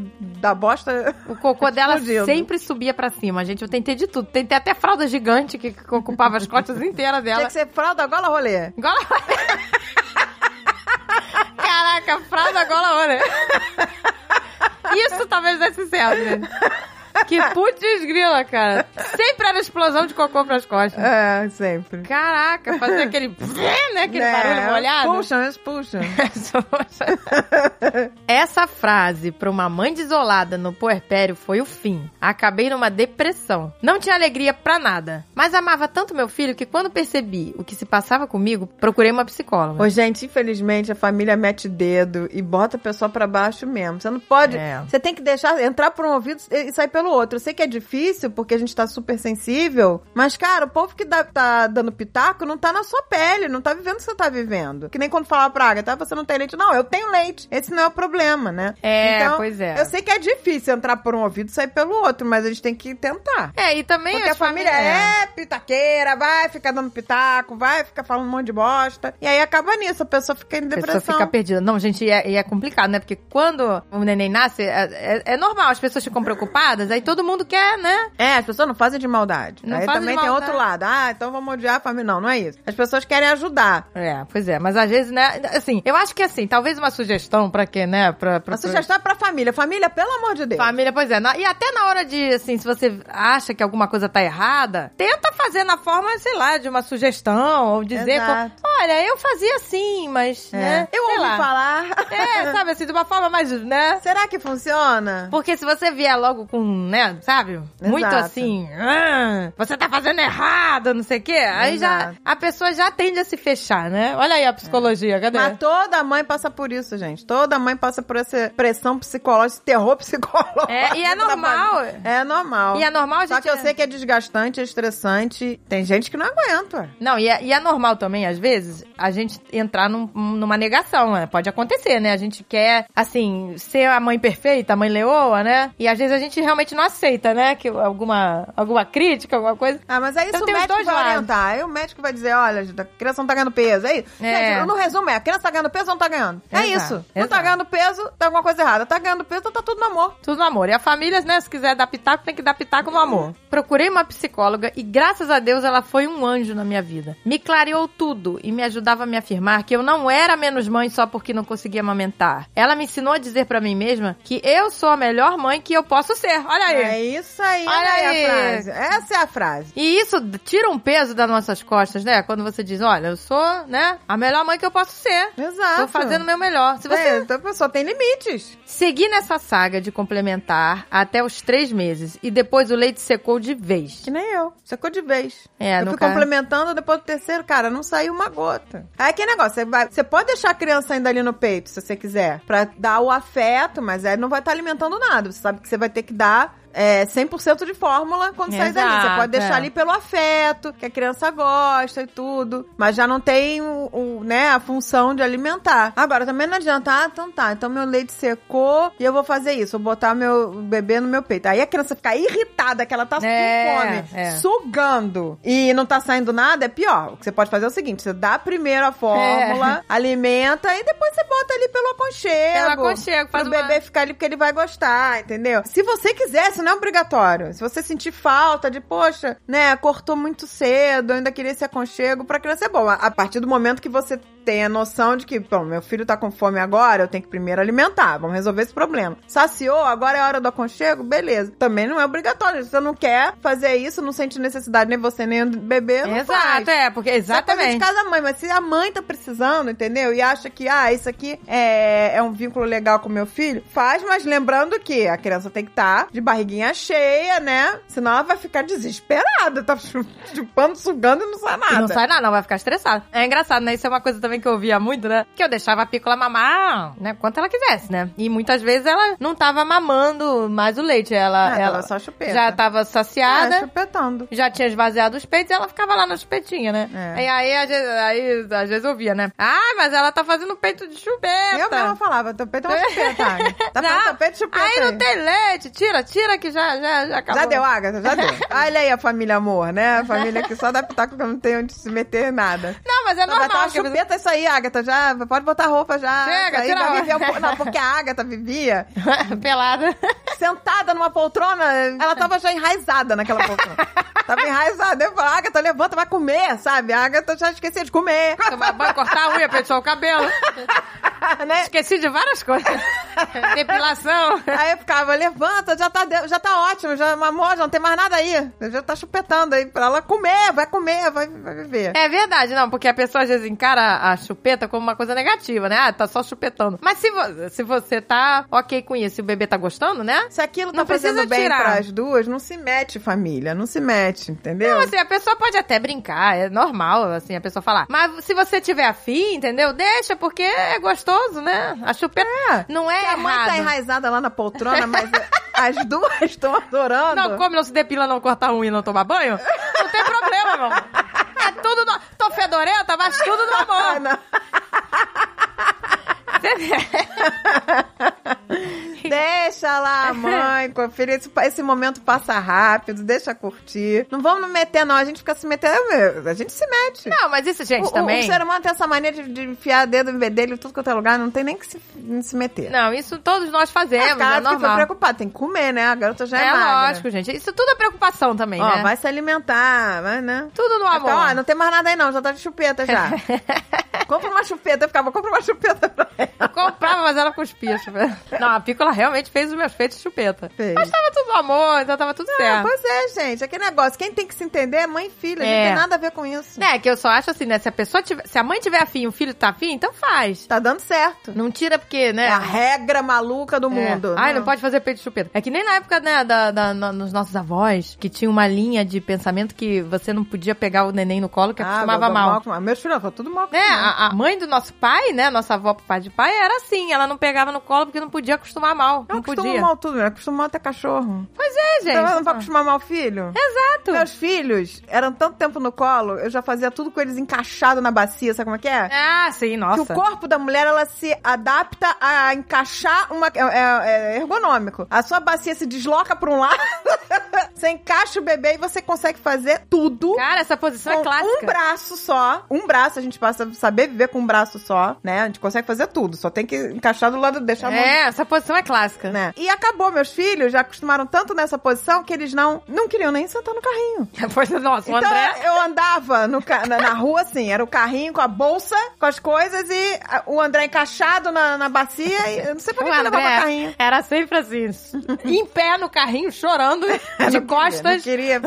da bosta?
O cocô dela
Explodindo.
sempre subia pra cima, gente. Eu tentei de tudo. Tentei até fralda gigante que que ocupava as costas inteiras
Tinha
dela.
que ser fralda gola rolê.
Gola. Caraca, fralda gola olha. Isso talvez desse certo, gente. Que putz grila, cara. Sempre era explosão de cocô pras costas.
É, sempre.
Caraca, fazer aquele, né, aquele
É,
barulho molhado.
Puxam, eles puxam.
Essa frase pra uma mãe desolada no puerpério foi o fim. Acabei numa depressão. Não tinha alegria pra nada, mas amava tanto meu filho que quando percebi o que se passava comigo, procurei uma psicóloga.
Ô, gente, infelizmente a família mete dedo e bota a pessoa pra baixo mesmo. Você não pode.
É.
Você tem que deixar entrar por um ouvido e sair pelo outro. Eu sei que é difícil porque a gente tá super sensível, mas, cara, o povo que dá- tá dando pitaco não tá na sua pele, não tá vivendo o que você tá vivendo. Que nem quando falava pra Agatha, "Ah, você não tem leite. Não, eu tenho leite. Esse não é o problema, né?
É, pois é.
Eu sei que é difícil entrar por um ouvido e sair pelo outro, mas a gente tem que tentar.
É, e também
Porque a
as
família
famílias-
é pitaqueira, vai ficar dando pitaco, vai ficar falando um monte de bosta. E aí acaba nisso, a pessoa fica em
A pessoa
depressão.
fica perdida. Não, gente, e é, e é complicado, né? Porque quando o neném nasce, é, é- é normal, as pessoas ficam preocupadas, aí todo mundo quer, né?
É, as pessoas não fazem de maldade.
Não
aí
fazem
também
de
tem
maldade.
outro lado. Ah, então vamos odiar a família. Não, não é isso. As pessoas querem ajudar.
É, pois é, mas às vezes, né? Assim, eu acho que assim, talvez uma sugestão pra quê, né? Pra, pra,
A sugestão é pra família. Família, pelo amor de Deus.
Família, pois é. Na- e até na hora de, assim, se você acha que alguma coisa tá errada, tenta fazer na forma, sei lá, de uma sugestão, ou dizer,
Exato.
co- olha, eu fazia assim, mas,
É.
né?
Eu
sei
ouvi
lá.
falar.
É, sabe, assim, de uma forma mais, né?
Será que funciona?
Porque se você vier logo com, né, sabe? Muito
Exato.
assim, "Ah, você tá fazendo errado, não sei o quê. Aí já,
Exato.
a pessoa já tende a se fechar, né? Olha aí a psicologia, cadê?
Mas toda mãe passa por isso, gente. Toda mãe passa por essa pressão psicológica, esse terror psicológico.
É, e é
da
normal.
família. É normal.
E é normal a
Só
gente-
que eu sei que é desgastante, é estressante. Tem gente que não aguenta.
Não, e é, e é normal também, às vezes, a gente entrar num- numa negação, né? Pode acontecer, né? A gente quer, assim, ser a mãe perfeita, a mãe leoa, né? E às vezes a gente realmente não aceita, né? Que alguma, alguma crítica, alguma coisa.
Ah, mas aí
Então
isso o
tem os
médico
dois
vai
lados.
orientar. Aí o médico vai dizer, olha, gente, a criança não tá ganhando peso. É isso.
É.
Gente, no resumo é, a criança tá ganhando peso ou não tá ganhando? É
Exato,
isso. Não tá
exato.
ganhando peso, tá alguma coisa errada. Tá ganhando peso, então tá tudo no amor.
Tudo no amor. E a família, né? Se quiser dar pitaco, tem que dar pitaco no amor. Procurei uma psicóloga e, graças a Deus, ela foi um anjo na minha vida. Me clareou tudo e me ajudava a me afirmar que eu não era menos mãe só porque não conseguia amamentar. Ela me ensinou a dizer pra mim mesma que eu sou a melhor mãe que eu posso ser. Olha Olha aí.
É isso aí,
Olha
né,
aí.
a frase. Essa é a frase.
E isso tira um peso das nossas costas, né? Quando você diz, olha, eu sou, né, a melhor mãe que eu posso ser.
Exato.
Tô fazendo o meu melhor. Se você
É, então a pessoa tem limites.
seguir nessa saga de complementar até os três meses e depois o leite secou de vez.
Que nem eu. Secou de vez.
É,
eu
no
fui
caso-
complementando, depois do terceiro, cara, não saiu uma gota. Aí que negócio, você, vai- você pode deixar a criança ainda ali no peito, se você quiser, pra dar o afeto, mas aí não vai estar alimentando nada. Você sabe que você vai ter que dar... é, 100% de fórmula quando sair dali. Você
Exato,
pode deixar
é.
ali pelo afeto, que a criança gosta e tudo. Mas já não tem o, o, né, a função de alimentar. Agora, também não adianta, ah, então tá, então meu leite secou e eu vou fazer isso, vou botar meu bebê no meu peito. Aí a criança fica irritada, que ela tá
É,
com fome,
é.
sugando e não tá saindo nada, é pior. O que você pode fazer é o seguinte: você dá primeiro a fórmula,
É.
alimenta e depois você bota ali pelo aconchego.
Pelo aconchego, faz
Pro
uma-
bebê ficar ali porque ele vai gostar, entendeu? Se você quiser, isso não é obrigatório. Se você sentir falta de, poxa, né, cortou muito cedo, eu ainda queria esse aconchego, pra criança é bom. A- A partir do momento que você tem a noção de que, bom, meu filho tá com fome agora, eu tenho que primeiro alimentar, vamos resolver esse problema. Saciou, agora é hora do aconchego, beleza. Também não é obrigatório. Se você não quer fazer isso, não sente necessidade nem você nem o bebê, não faz.
Exato, é, porque
Exatamente.
exatamente.
Casa da mãe, mas se a mãe tá precisando, entendeu? E acha que, ah, isso aqui é, é um vínculo legal com meu filho, faz, mas lembrando que a criança tem que estar de barriguinha cheia, né? Senão ela vai ficar desesperada, tá chu- chupando, sugando e não sai nada.
Não sai nada, não, vai ficar estressada. É engraçado, né? Isso é uma coisa também que eu ouvia muito, né? Que eu deixava a pícola mamar, né? Quanto ela quisesse, né? E muitas vezes ela não tava mamando mais o leite. Ela,
Ah,
ela
tava só chupeta.
já tava
É,
saciada.
chupetando.
já tinha esvaziado os peitos e ela ficava lá na chupetinha, né?
É.
E aí às, vezes, aí, às vezes, eu via, né? Ah, mas ela tá fazendo peito de chupeta.
Eu mesma falava, teu peito é uma chupeta, Agatha. Tá
Não,
falando teu peito chupeta
Aí
aí.
não tem leite, tira, tira que já, já, já acabou.
assim. Já deu, Agatha? Já deu. Olha aí a família amor, né? A família que só dá pitaco que não tem onde se meter nada.
Não, mas é
Não, tá,
normal.
vai estar uma
que a pessoa-
chupeta isso aí, Agatha. Já pode botar roupa já.
Chega,
Isso aí
tira
vai
a
viver um
roupa.
po- Não, porque a Agatha vivia
Pelada.
sentada numa poltrona, ela tava já enraizada naquela poltrona. tava enraizada. Eu falava, Agatha, levanta, vai comer, sabe? A Agatha já esquecia de comer.
Tomar banho, cortar a unha, pentear o cabelo.
né?
Esqueci de várias coisas. Depilação.
Aí eu ficava, levanta, já tá, de- já tá ótimo, já mamou, já não tem mais nada aí. Já tá chupetando aí pra ela comer, vai comer, vai, vai viver.
É verdade, não, porque a pessoa às vezes encara a chupeta como uma coisa negativa, né? Ah, tá só chupetando. Mas se, vo- se você tá ok com isso e o bebê tá gostando, né?
Se aquilo tá
Não precisa
fazendo bem
tirar.
pras duas, não se mete, família. Não se mete, entendeu?
Não, assim, a pessoa pode até brincar, é normal, assim, a pessoa falar. Mas se você tiver afim, entendeu? Deixa, porque é gostoso, né? A chupeta não é
Porque a mãe tá
errado.
enraizada lá na poltrona, mas as duas estão adorando.
Não come, não se depila, não corta a unha e não toma banho? Não tem problema, meu amor. É tudo do... Tô fedorenta, mas tudo do
Ah,
amor.
não. Deixa lá, mãe, conferir. Esse, esse momento passa rápido, deixa curtir. Não vamos nos meter, não. A gente fica se metendo. A gente se mete.
Não, mas isso, gente,
O- o,
também...
o ser humano tem essa mania de, de enfiar dedo em bedelho em tudo quanto é lugar, não tem nem que se, se meter.
Não, isso todos nós fazemos,
Cara,
é
que foi
normal.
preocupada, tem que comer, né? A garota já é,
é
magra.
lógico, gente. Isso tudo é preocupação também,
Ó,
né?
vai se alimentar, vai, né?
Tudo no amor.
Então, ó, não tem mais nada aí não, já tá de chupeta já. compra uma chupeta, eu ficava, compra uma chupeta pra ela.
Comprava, mas ela cuspia. chupeta. Não, a Pícola realmente fez os meus feitos de chupeta.
Fez.
Mas tava tudo amor, então tava tudo
É,
certo.
tá pois é, gente, aquele negócio, quem tem que se entender é mãe e filha,
É.
não tem nada a ver com isso.
Né, que eu só acho assim, né? Se a pessoa tiver. Se a mãe tiver afim e o filho tá afim, então faz.
Tá dando certo.
Não tira porque, né?
É a regra maluca do
É.
mundo. né?
Ai, não pode fazer peito de chupeta. É que nem na época, né, da, da- na- nos nossos avós, que tinha uma linha de pensamento que você não podia pegar o neném no colo, que
Ah,
acostumava
vou- vou
mal.
com- Meus filhos, foi tudo mal.
Né, a, a mãe do nosso pai, né, nossa avó pro pai de pai, era assim, ela não pegava no colo porque não podia acostumar mal.
Eu
Não,
acostumo
podia.
mal tudo, né? eu acostumo mal até cachorro.
Pois é, gente. É.
Então, não pra acostumar mal o filho?
Exato.
Meus filhos eram tanto tempo no colo, eu já fazia tudo com eles encaixado na bacia, sabe como é que é?
Ah, sim, nossa.
Que o corpo da mulher, ela se adapta a encaixar uma... É, é- é ergonômico. A sua bacia se desloca pra um lado, Você encaixa o bebê e você consegue fazer tudo.
Cara, essa posição é
com
clássica.
um braço só, um braço, a gente passa a saber viver com um braço só, né? A gente consegue fazer tudo, só tem que encaixar do lado, deixar a mão
É, essa posição é clássica.
né? E acabou, meus filhos já acostumaram tanto nessa posição que eles não, não queriam nem sentar no carrinho.
Força nossa, o
então
André.
eu andava no ca- na, na rua assim, era o carrinho com a bolsa, com as coisas e a- o André encaixado na, na bacia e eu não sei pra
O
que que eu levava
André
carrinho.
era sempre assim, em pé no carrinho, chorando, de
Não né? queria,
costas.
Não queria.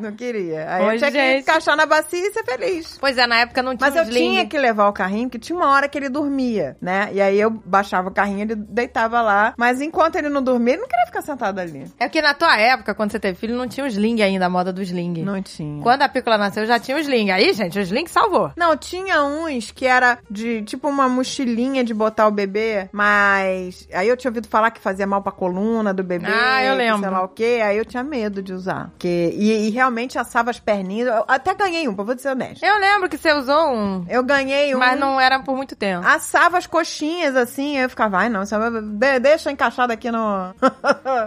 Não queria. Aí
Ô,
eu tinha que
gente.
encaixar na bacia e ser feliz.
Pois é, na época não tinha
Mas eu
sling.
tinha que levar o carrinho, que tinha uma hora que ele dormia, né? E aí eu baixava o carrinho, ele deitava lá. Mas enquanto ele não dormia, ele não queria ficar sentado ali.
É que na tua época, quando você teve filho, não tinha o sling ainda, a moda do sling.
Não tinha.
Quando a Pícola nasceu, já tinha o sling. Aí, gente, o sling salvou.
Não, tinha uns que era de tipo uma mochilinha de botar o bebê, mas aí eu tinha ouvido falar que fazia mal pra coluna do bebê.
Ah, eu
que
lembro.
Sei lá o quê, aí eu tinha medo de usar. Porque, e, e realmente assava as perninhas. Eu até ganhei um, pra vou dizer honesto.
Eu lembro que você usou um,
Eu ganhei um. Ah,
mas não era por muito tempo.
Assava as coxinhas assim, aí eu ficava, ai não, isso é- de- deixa encaixado aqui no.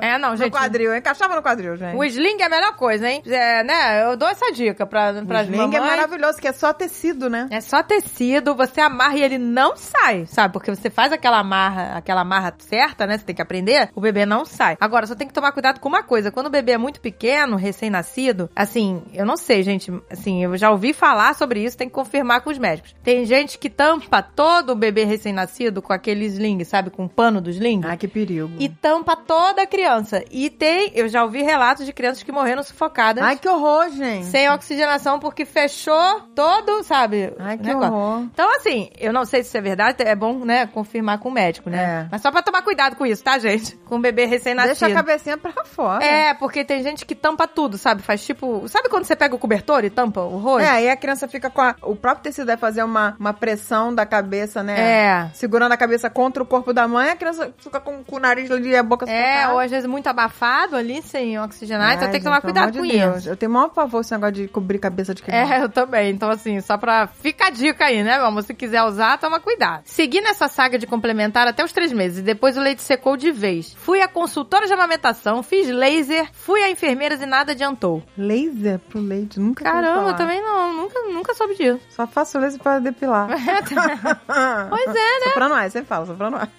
É, não,
no
gente.
quadril. Eu encaixava no quadril, gente.
O sling é a melhor coisa, hein? É, né? Eu dou essa dica pra,
O
pras
sling
mamães.
é maravilhoso, que é só tecido, né?
É só tecido, você amarra e ele não sai, sabe? Porque você faz aquela amarra, aquela amarra certa, né? Você tem que aprender, o bebê não sai. Agora, só tem que tomar cuidado com uma coisa. Quando o bebê é muito pequeno, recém-nascido, assim, eu não sei, gente, assim, eu já ouvi falar sobre isso, tem que confirmar com os médicos. Tem gente que tampa todo o bebê recém-nascido com aquele sling, sabe? Com o pano do sling.
Ah, que perigo.
E tampa toda a criança. E tem, eu já ouvi relatos de crianças que morreram sufocadas.
Ai, que horror, gente.
Sem oxigenação, porque fechou todo, sabe?
Ai, que
negócio.
horror.
Então, assim, eu não sei se isso é verdade, é bom, né, confirmar com o médico, né?
É.
Mas só pra tomar cuidado com isso, tá, gente? Com o bebê
Deixa a
recém-nascido.
cabecinha pra fora.
É, porque tem gente que tampa tudo, sabe? Faz tipo. Sabe quando você pega o cobertor e tampa o rosto?
É, aí a criança fica com a- o próprio tecido vai fazer uma, uma pressão da cabeça, né?
É.
Segurando a cabeça contra o corpo da mãe, a criança fica com, com o nariz ali e a boca
É,
sufocada.
ou às vezes muito abafado ali, sem oxigenar, então
Ai,
tem que
gente,
tomar
pelo
cuidado
amor
com
de Deus.
isso.
Eu tenho o maior pavor esse negócio de cobrir cabeça de criança.
É, eu também. Então, assim, só pra. Fica a dica aí, né, meu amor? Se quiser usar, toma cuidado. Segui nessa saga de complementar até os três meses e depois o leite secou de vez. Fui a consultora de amamentação, fiz laser, fui a enfermeiras e nada adiantou.
Laser pro leite, nunca ouvi
Caramba, eu
falar.
também não. Nunca, nunca soube disso.
Só faço laser pra depilar.
Pois é, né?
Soprando ar, você fala, soprando ar.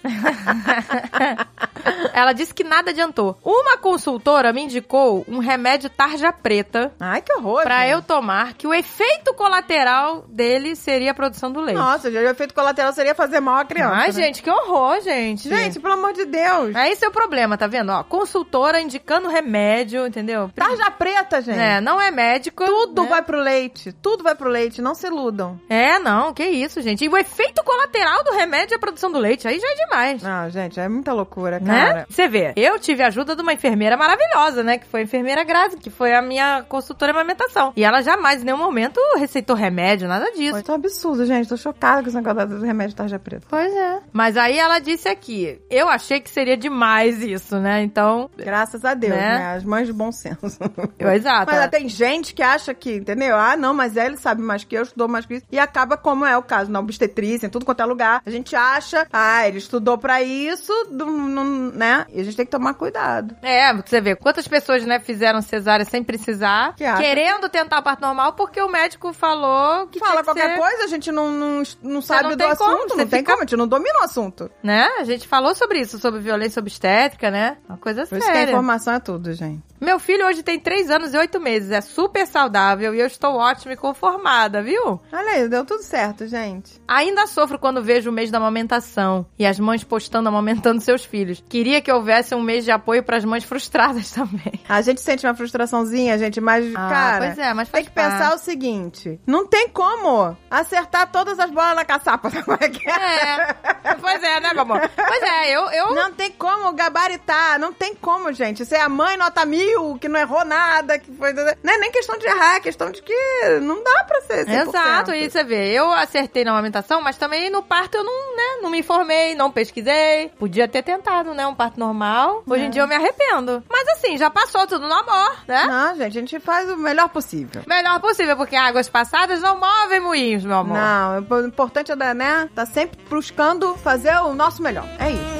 Ela disse que nada adiantou. Uma consultora me indicou um remédio tarja preta
Ai, que horror.
pra
gente.
eu tomar, que o efeito colateral dele seria a produção do leite.
Nossa, o efeito colateral seria fazer mal à criança.
Ai,
né?
gente, que horror, gente.
Gente, pelo amor de Deus.
É esse é o problema, tá vendo? Ó, consultora indicando remédio, entendeu?
Tarja preta, gente.
É, não é médico.
Tudo
né?
vai pro leite. Tudo vai pro leite. Não se iludam.
É, não, que isso, gente. E o efeito colateral do remédio é a produção do leite. Aí já é demais.
Ah, gente, é muita loucura,
Né?
cara.
Você vê, eu tive a ajuda de uma enfermeira maravilhosa, né? Que foi a enfermeira Grazi, que foi a minha consultora em amamentação. E ela jamais, em nenhum momento, receitou remédio, nada disso.
Foi tão absurdo, gente. Tô chocada com esse negócio do remédio tarja preta.
Pois é. Mas aí ela disse aqui, eu achei que seria demais isso, né? Então,
Graças a Deus,
Né?
né? As mães de bom senso.
eu, tá- exato.
Mas tem gente que acha que, entendeu? Ah, não, mas ele sabe mais que eu, estudou mais que isso. E acaba como é o caso na obstetrícia, em tudo quanto é lugar. A gente acha, ah, ele estudou pra isso, não- não- né? E a gente tem que tomar cuidado.
É, porque você vê quantas pessoas, né, fizeram cesárea sem precisar,
Que acha-
querendo tentar a parte normal porque o médico falou que tinha
Fala
que
qualquer
ser,
coisa, a gente não, não, não sabe
não
do
tem
assunto,
como, você
não tem
fica-
como, a gente não domina o assunto.
né? A gente falou sobre isso, sobre violência obstétrica, né? Uma coisa
Por isso que a
séria.
informação é tudo, gente.
Meu filho hoje tem 3 anos e 8 meses, é super saudável e eu estou ótima e conformada, viu?
Olha aí, deu tudo certo, gente.
Ainda sofro quando vejo o mês da amamentação e as mães postando amamentando seus filhos. Queria que houvesse um mês de apoio para as mães frustradas também.
A gente sente uma frustraçãozinha, gente, mas,
Ah,
cara,
pois é, mas
tem
faz
que pensar
parte.
o seguinte: não tem como acertar todas as bolas na caçapa, sabe como é que é?
É, pois é, né, meu amor? Pois é, eu, eu
Não tem como gabaritar, não tem como, gente. Você é a mãe nota mil, que não errou nada, que foi. Não é nem questão de errar, é questão de que não dá pra ser. 100%.
Exato, e você vê, eu acertei na amamentação, mas também no parto eu não, né, não me informei, não pesquisei. Podia ter tentado, né, um parto normal. Hoje
É.
em dia eu me arrependo. Mas assim, já passou tudo no amor, né?
Não, gente, a gente faz o melhor possível.
Melhor possível, porque águas passadas não movem moinhos, meu amor.
Não, o importante é, dar, né, tá sempre buscando fazer o nosso melhor. É isso.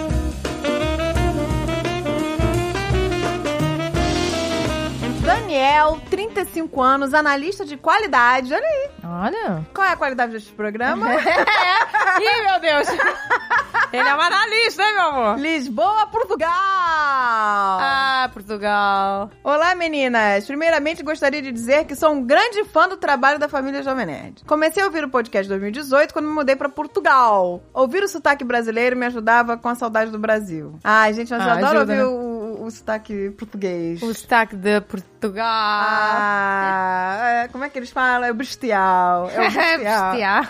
Daniel, 35 anos, analista de qualidade. Olha aí.
Olha. É.
Qual é a qualidade deste programa?
Ih, meu Deus. Ele é um analista, hein, meu amor?
Lisboa, Portugal!
Ah, Portugal.
Olá, meninas! Primeiramente, gostaria de dizer que sou um grande fã do trabalho da família Jovem Nerd. Comecei a ouvir o podcast em 2018 quando me mudei pra Portugal. Ouvir o sotaque brasileiro me ajudava com a saudade do Brasil. Ai, gente, mas
Ah,
eu adoro
ajuda,
ouvir
né?
o, o- o sotaque português.
O sotaque de Portugal.
Ah, é, como é que eles falam? É o bestial. É o bestial.
Bestial.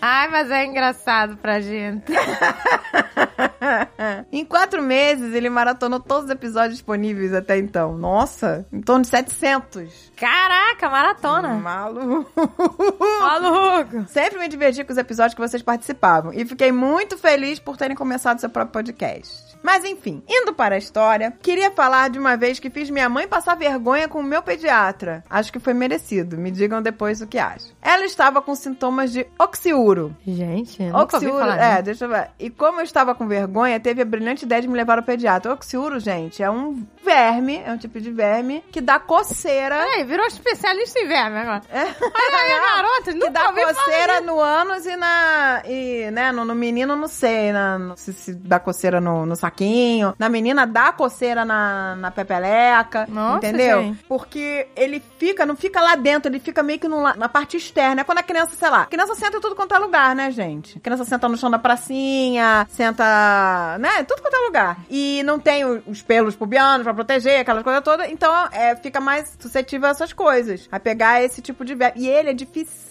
Ai, mas é engraçado pra gente.
É. em quatro meses, ele maratonou todos os episódios disponíveis até então. Nossa, em torno de 700.
Caraca, maratona.
Maluco.
Maluco.
Sempre me diverti com os episódios que vocês participavam e fiquei muito feliz por terem começado seu próprio podcast. Mas enfim, indo para a história, queria falar de uma vez que fiz minha mãe passar vergonha com o meu pediatra. Acho que foi merecido, me digam depois o que acham. Ela estava com sintomas de oxiuro.
Gente, eu nunca ouvi
Oxiuro,
falar.
é,
né?
deixa eu ver. E como eu estava com vergonha, teve a brilhante ideia de me levar ao pediatra. Oxiuro, gente, é um verme, é um tipo de verme que dá coceira.
Peraí, virou especialista em verme agora. Olha aí, garota,
É. que
nunca
dá
ouvi falar
coceira no ânus e na. E, né, no, no menino, não sei, na- no- se, se dá coceira no, no saquinho. Na menina dá coceira na, na pepeleca.
Nossa,
entendeu?
gente.
Porque ele fica, não fica lá dentro, ele fica meio que no la- na parte externa. É quando a criança, sei lá, a criança senta em tudo quanto é lugar, né, gente? A criança senta no chão da pracinha, senta, né, em tudo quanto é lugar. E não tem o- os pelos pubianos pra proteger, aquela coisa toda. Então, é, fica mais suscetível a essas coisas. A pegar esse tipo de... ve- E ele é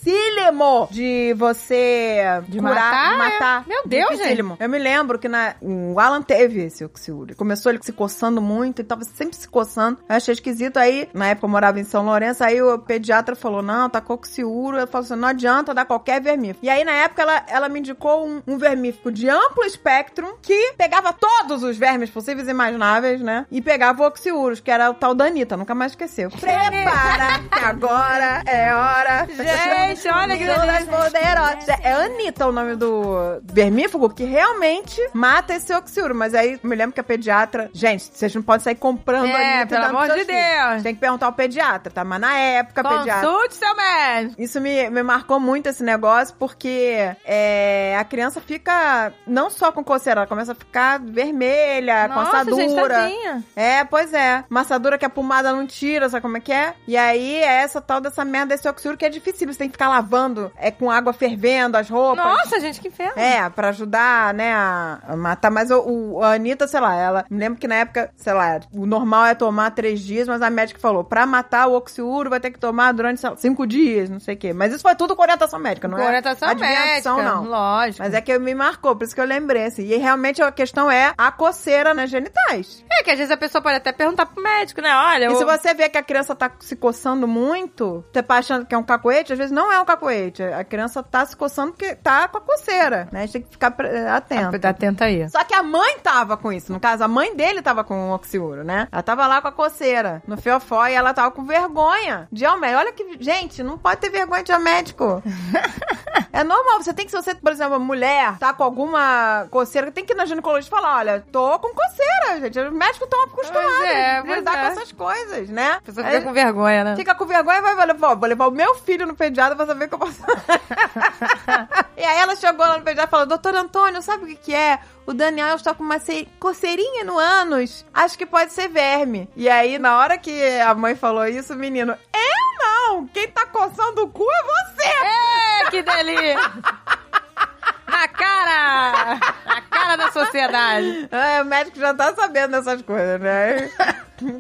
dificílimo de você
De
curar,
matar,
de matar.
é? Meu Deus,
Dificílimo. Eu me lembro que na, o Alan teve esse oxiúrio. Começou ele se coçando muito, ele tava sempre se coçando. Eu achei esquisito. Aí, na época eu morava em São Lourenço, aí o pediatra falou: não, tá com oxiúrio. Eu falei assim: não adianta dar qualquer vermífugo. E aí, na época, ela, ela me indicou um, um vermífugo de amplo espectro que pegava todos os vermes possíveis e imagináveis, né? E pegava o oxiúrios, que era o tal da Anitta, nunca mais esqueceu. Prepara, que agora é hora.
Gente, olha que
Todas
delícia.
poderosa. É Anitta o nome do vermífugo que realmente mata esse oxiuro. Mas aí eu me lembro que a pediatra. Gente, vocês não podem sair comprando
É,
Anitta. e
pelo
dando
amor
pros
de
seus filhos.
Deus.
Tem que perguntar ao pediatra, tá? Mas na época, pediatra.
Consulte seu médico.
Isso me, me marcou muito esse negócio, porque é, a criança fica não só com coceira, ela começa a ficar vermelha, Tá com
Nossa,
assadura.
gente, tadinha.
É, pois é. Massadura que a pomada não tira, sabe como é que é? E aí é essa tal dessa merda desse oxuro que é difícil. Você tem que ficar lavando, é com água fervendo as roupas.
Nossa, gente, que inferno.
É, pra ajudar, né, a a matar. Mas o, o- a Anitta, sei lá, ela. Me lembro que na época, sei lá, o normal é tomar três dias, mas a médica falou: pra matar o oxiuro vai ter que tomar durante sei lá, cinco dias, não sei o quê. Mas isso foi tudo com orientação médica, não
Com
é?
orientação
adivinhação,
médica.
não.
Lógico.
Mas é que me marcou, por isso que eu lembrei, assim. E realmente a questão é a coceira nas genitais.
É que às vezes a pessoa pode até perguntar pro médico, né? Olha,
E
o-
se você vê que a criança tá se coçando muito, você tá achando que é um cacoete, às vezes não é um cacoete. A criança tá se coçando porque tá com a coceira, né? A gente tem que ficar pre- atento.
Atenta Tá, aí.
Só que a mãe tava com isso. No caso, a mãe dele tava com o oxiuro, né? Ela tava lá com a coceira no fiofó e ela tava com vergonha de ir ao médico. Olha que. Gente, não pode ter vergonha de ir ao médico. é normal. Você tem que, se você, por exemplo, mulher, tá com alguma coceira, tem que ir na ginecologista e falar: olha, tô com coceira, gente. Os médicos estão acostumados
Pois é,
a
pois
lidar
é.
com essas coisas, né?
A pessoa
Aí-
fica com vergonha, né?
Fica com vergonha e vai, vai levar, vou levar o meu filho no pediatra pra saber que eu posso. e aí ela chegou lá no pediatra e falou: Doutor Antônio, sabe o que, que é? O Daniel está com uma ce- coceirinha no ânus. Acho que pode ser verme. E aí, na hora que a mãe falou isso, o menino, eu não! Quem tá coçando o cu é você!
É, que delícia! Na cara! Na cara da sociedade.
Ah, o médico já tá sabendo dessas coisas, né?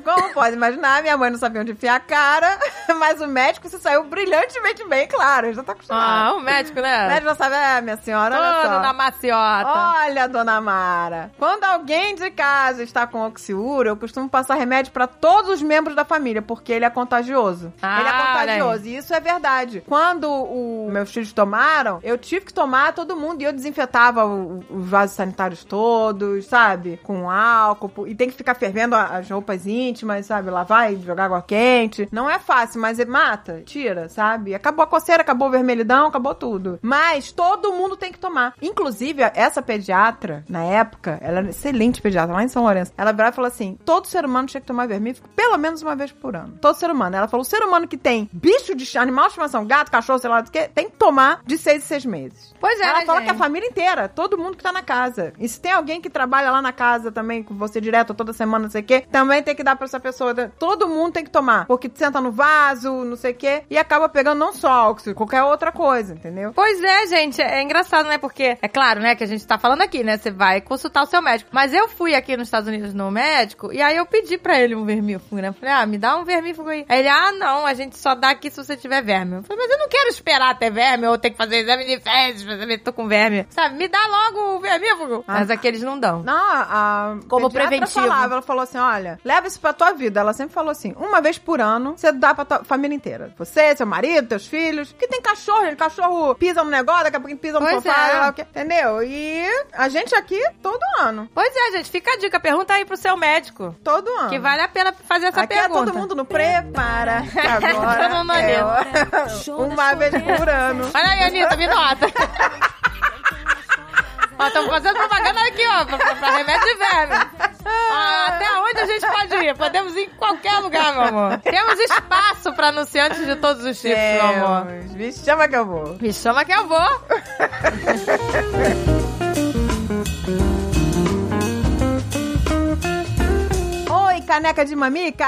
Como pode imaginar, minha mãe não sabia onde enfiar a cara, mas o médico se saiu brilhantemente bem, claro, já tá acostumado.
Ah, o médico,
O
né?
médico já sabe, ah, minha senhora, olha
Todo
só.
na maciota.
Olha, dona Mara, quando alguém de casa está com oxiúria, eu costumo passar remédio pra todos os membros da família, porque ele é contagioso.
Ah,
ele é
olha aí.
contagioso, e isso é verdade. Quando o- meus filhos tomaram, eu tive que tomar todo mundo, e eu desinfetava o- os vasos sanitários todos, sabe? Com álcool, e tem que ficar fervendo a- as roupas íntimas, sabe? Lavar e jogar água quente. Não é fácil, mas é- mata, tira, sabe? Acabou a coceira, acabou o vermelhidão, acabou tudo. Mas todo mundo tem que tomar. Inclusive, essa pediatra, na época, ela era excelente pediatra lá em São Lourenço. Ela virava e falou assim: todo ser humano tinha que tomar vermífugo pelo menos uma vez por ano. Todo ser humano. Ela falou: o ser humano que tem bicho de ch- animal de estimação, gato, cachorro, sei lá do que, tem que tomar de seis em seis meses.
Pois é,
Ela
né,
fala
gente?
que a família inteira, todo mundo que tá na casa. E se tem alguém que trabalha lá na casa também, com você direto, toda semana, não sei o quê, também tem que dar pra essa pessoa. né? Todo mundo tem que tomar. Porque senta no vaso, não sei o quê, e acaba pegando não só óxido, qualquer outra coisa, entendeu?
Pois é, gente, é engraçado, né? Porque é claro, né, que a gente tá falando aqui, né? Você vai consultar o seu médico. Mas eu fui aqui nos Estados Unidos no médico e aí eu pedi pra ele um vermífugo, né? Falei, ah, me dá um vermífugo aí. Aí ele, ah, não, a gente só dá aqui se você tiver verme. Eu falei, mas eu não quero esperar ter verme ou ter que fazer exame de fezes pra saber se tô com verme. Sabe, me dá logo o vermífugo.
Ah.
Mas aqui eles não dão.
Não, a a
Como
pediatra
preventivo.
falava, ela falou assim, olha, leva isso pra tua vida. Ela sempre falou assim, uma vez por ano, você dá pra tua família inteira. Você, seu marido, teus filhos, que tem cachorro, gente, cachorro pisa no negócio, daqui a pouco pisa no
Pois
sofá,
é.
sei lá o quê, entendeu? E a gente aqui, todo ano,
Pois é, gente, fica a dica, pergunta aí pro seu médico.
todo ano.
Que vale a pena fazer essa
aqui
pergunta.
é todo mundo no prepara, que agora
Todo mundo
é
ali.
hora. uma vez por ano.
Olha aí, Anitta, me nota. ó, estamos fazendo propaganda aqui, ó, pra, pra- pra remédio de verme. Ó, até onde a gente pode ir? Podemos ir em qualquer lugar, meu amor. Temos espaço pra anunciantes de todos os tipos, meu amor.
Deus, me chama que eu vou.
Me chama que eu vou.
Oi, caneca de mamicas!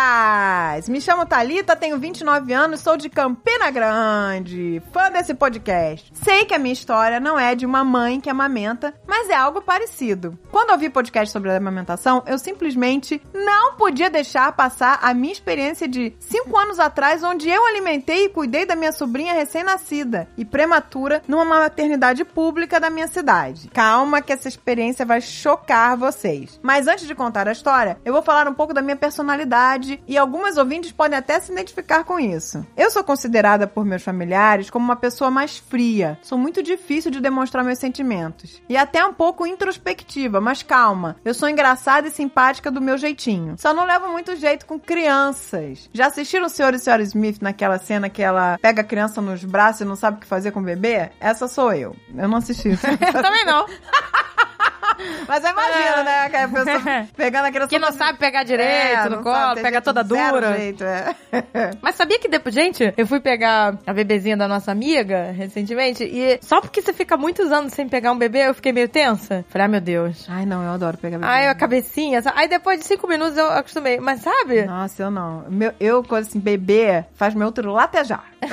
Me chamo Thalita, tenho 29 anos, sou de Campina Grande, fã desse podcast. Sei que a minha história não é de uma mãe que amamenta, mas é algo parecido. Quando ouvi podcast sobre amamentação, eu simplesmente não podia deixar passar a minha experiência de 5 anos atrás, onde eu alimentei e cuidei da minha sobrinha recém-nascida e prematura numa maternidade pública da minha cidade. Calma que essa experiência vai chocar vocês. Mas antes de contar a história, eu vou falar um pouco da minha personalidade e algumas ouvintes podem até se identificar com isso. Eu sou considerada por meus familiares como uma pessoa mais fria. Sou muito difícil de demonstrar meus sentimentos e até um pouco introspectiva, mas calma. Eu sou engraçada e simpática do meu jeitinho. Só não levo muito jeito com crianças. Já assistiram o Senhor e Senhora Smith naquela cena que ela pega a criança nos braços e não sabe o que fazer com o bebê? Essa sou eu. Eu não assisti isso.
Eu também não.
Mas aí imagina, né? Que a pessoa pegando a criança...
É. Que não sabe pegar direito
É,
no
não
colo,
sabe, tem
pega
jeito,
toda
zero
dura.
jeito, é.
Mas sabia que depois, gente, eu fui pegar a bebezinha da nossa amiga recentemente e só porque você fica muitos anos sem pegar um bebê, eu fiquei meio tensa. Falei, ah, meu Deus.
Ai, não, eu adoro pegar bebê.
Ai, a cabecinha. sa- Aí depois de cinco minutos eu acostumei. Mas sabe?
Nossa, eu não. Meu, eu, coisa assim, bebê faz meu útero latejar.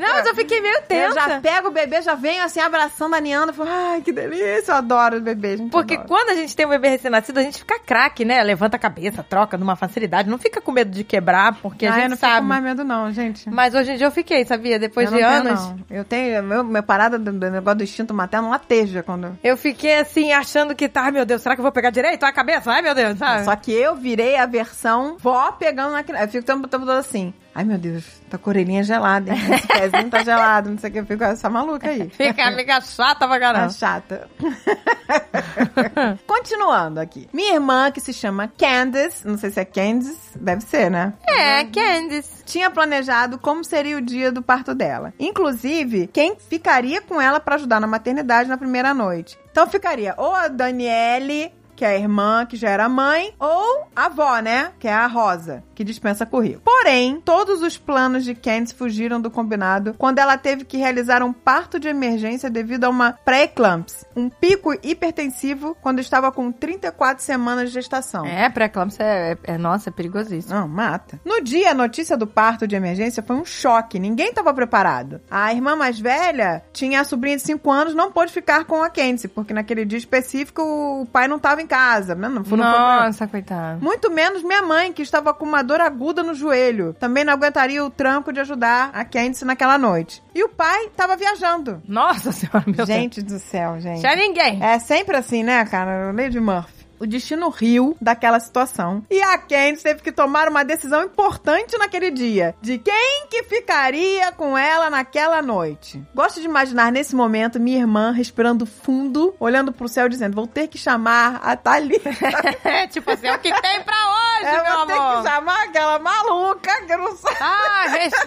Não, mas eu fiquei meio
Eu já
tensa.
pego o bebê, já venho assim, abraçando, aninhando. Falo, Ai, que delícia, eu adoro o bebê, gente.
Porque
adoro.
quando a gente tem um bebê recém-nascido, a gente fica craque, né? Levanta a cabeça, troca numa facilidade. Não fica com medo de quebrar, porque a
Ai, eu
gente
não fico
sabe.
com mais medo, não, gente.
Mas hoje em dia eu fiquei, sabia? Depois
eu
de
não tenho,
anos.
não. Eu tenho. Meu, minha parada do, do negócio do instinto materno lateja quando.
Eu fiquei assim, achando que tá, ai meu Deus, será que eu vou pegar direito? Ai, a cabeça, ai meu Deus, sabe?
Só que eu virei a versão vó pegando na criança. Eu fico o tempo tempo todo assim. Ai, meu Deus, tá com a orelhinha gelada, hein? Esse pezinho tá gelado, não sei o que. Eu fico essa maluca aí.
Fica, né? amiga chata pra caramba.
Tá chata. Continuando aqui. Minha irmã, que se chama Candice, não sei se é Candice, deve ser, né?
É, Candice.
Tinha planejado como seria o dia do parto dela. Inclusive, quem ficaria com ela pra ajudar na maternidade na primeira noite. Então ficaria ou a Daniele, que é a irmã, que já era mãe, ou a avó, né? Que é a Rosa, que dispensa currículo. Porém, todos os planos de Candice fugiram do combinado quando ela teve que realizar um parto de emergência devido a uma pré-eclampsia, um pico hipertensivo quando estava com 34 semanas de gestação.
É, pré-eclâmpsia é, é, é- nossa, é perigosíssimo.
Não, mata. No dia, a notícia do parto de emergência foi um choque. Ninguém estava preparado. A irmã mais velha tinha a sobrinha de 5 anos, não pôde ficar com a Kenzie, porque naquele dia específico o pai não estava em casa. Né? Não, foi- não foi pra-
nossa, coitada.
muito menos minha mãe, que estava com uma dor aguda no joelho. Também não aguentaria o tranco de ajudar a Candice naquela noite. E o pai estava viajando.
Nossa senhora, meu Deus.
gente do céu, gente.
Tinha ninguém.
É sempre assim, né, cara? Lady Murphy. o destino riu daquela situação. E a Candice teve que tomar uma decisão importante naquele dia. De quem que ficaria com ela naquela noite. Gosto de imaginar nesse momento minha irmã respirando fundo, olhando pro céu dizendo, vou ter que chamar a Thalita.
É, tipo assim, é o que tem pra hoje,
É, Eu
meu
vou ter que
amor.
chamar aquela maluca que eu não sei.
Ah,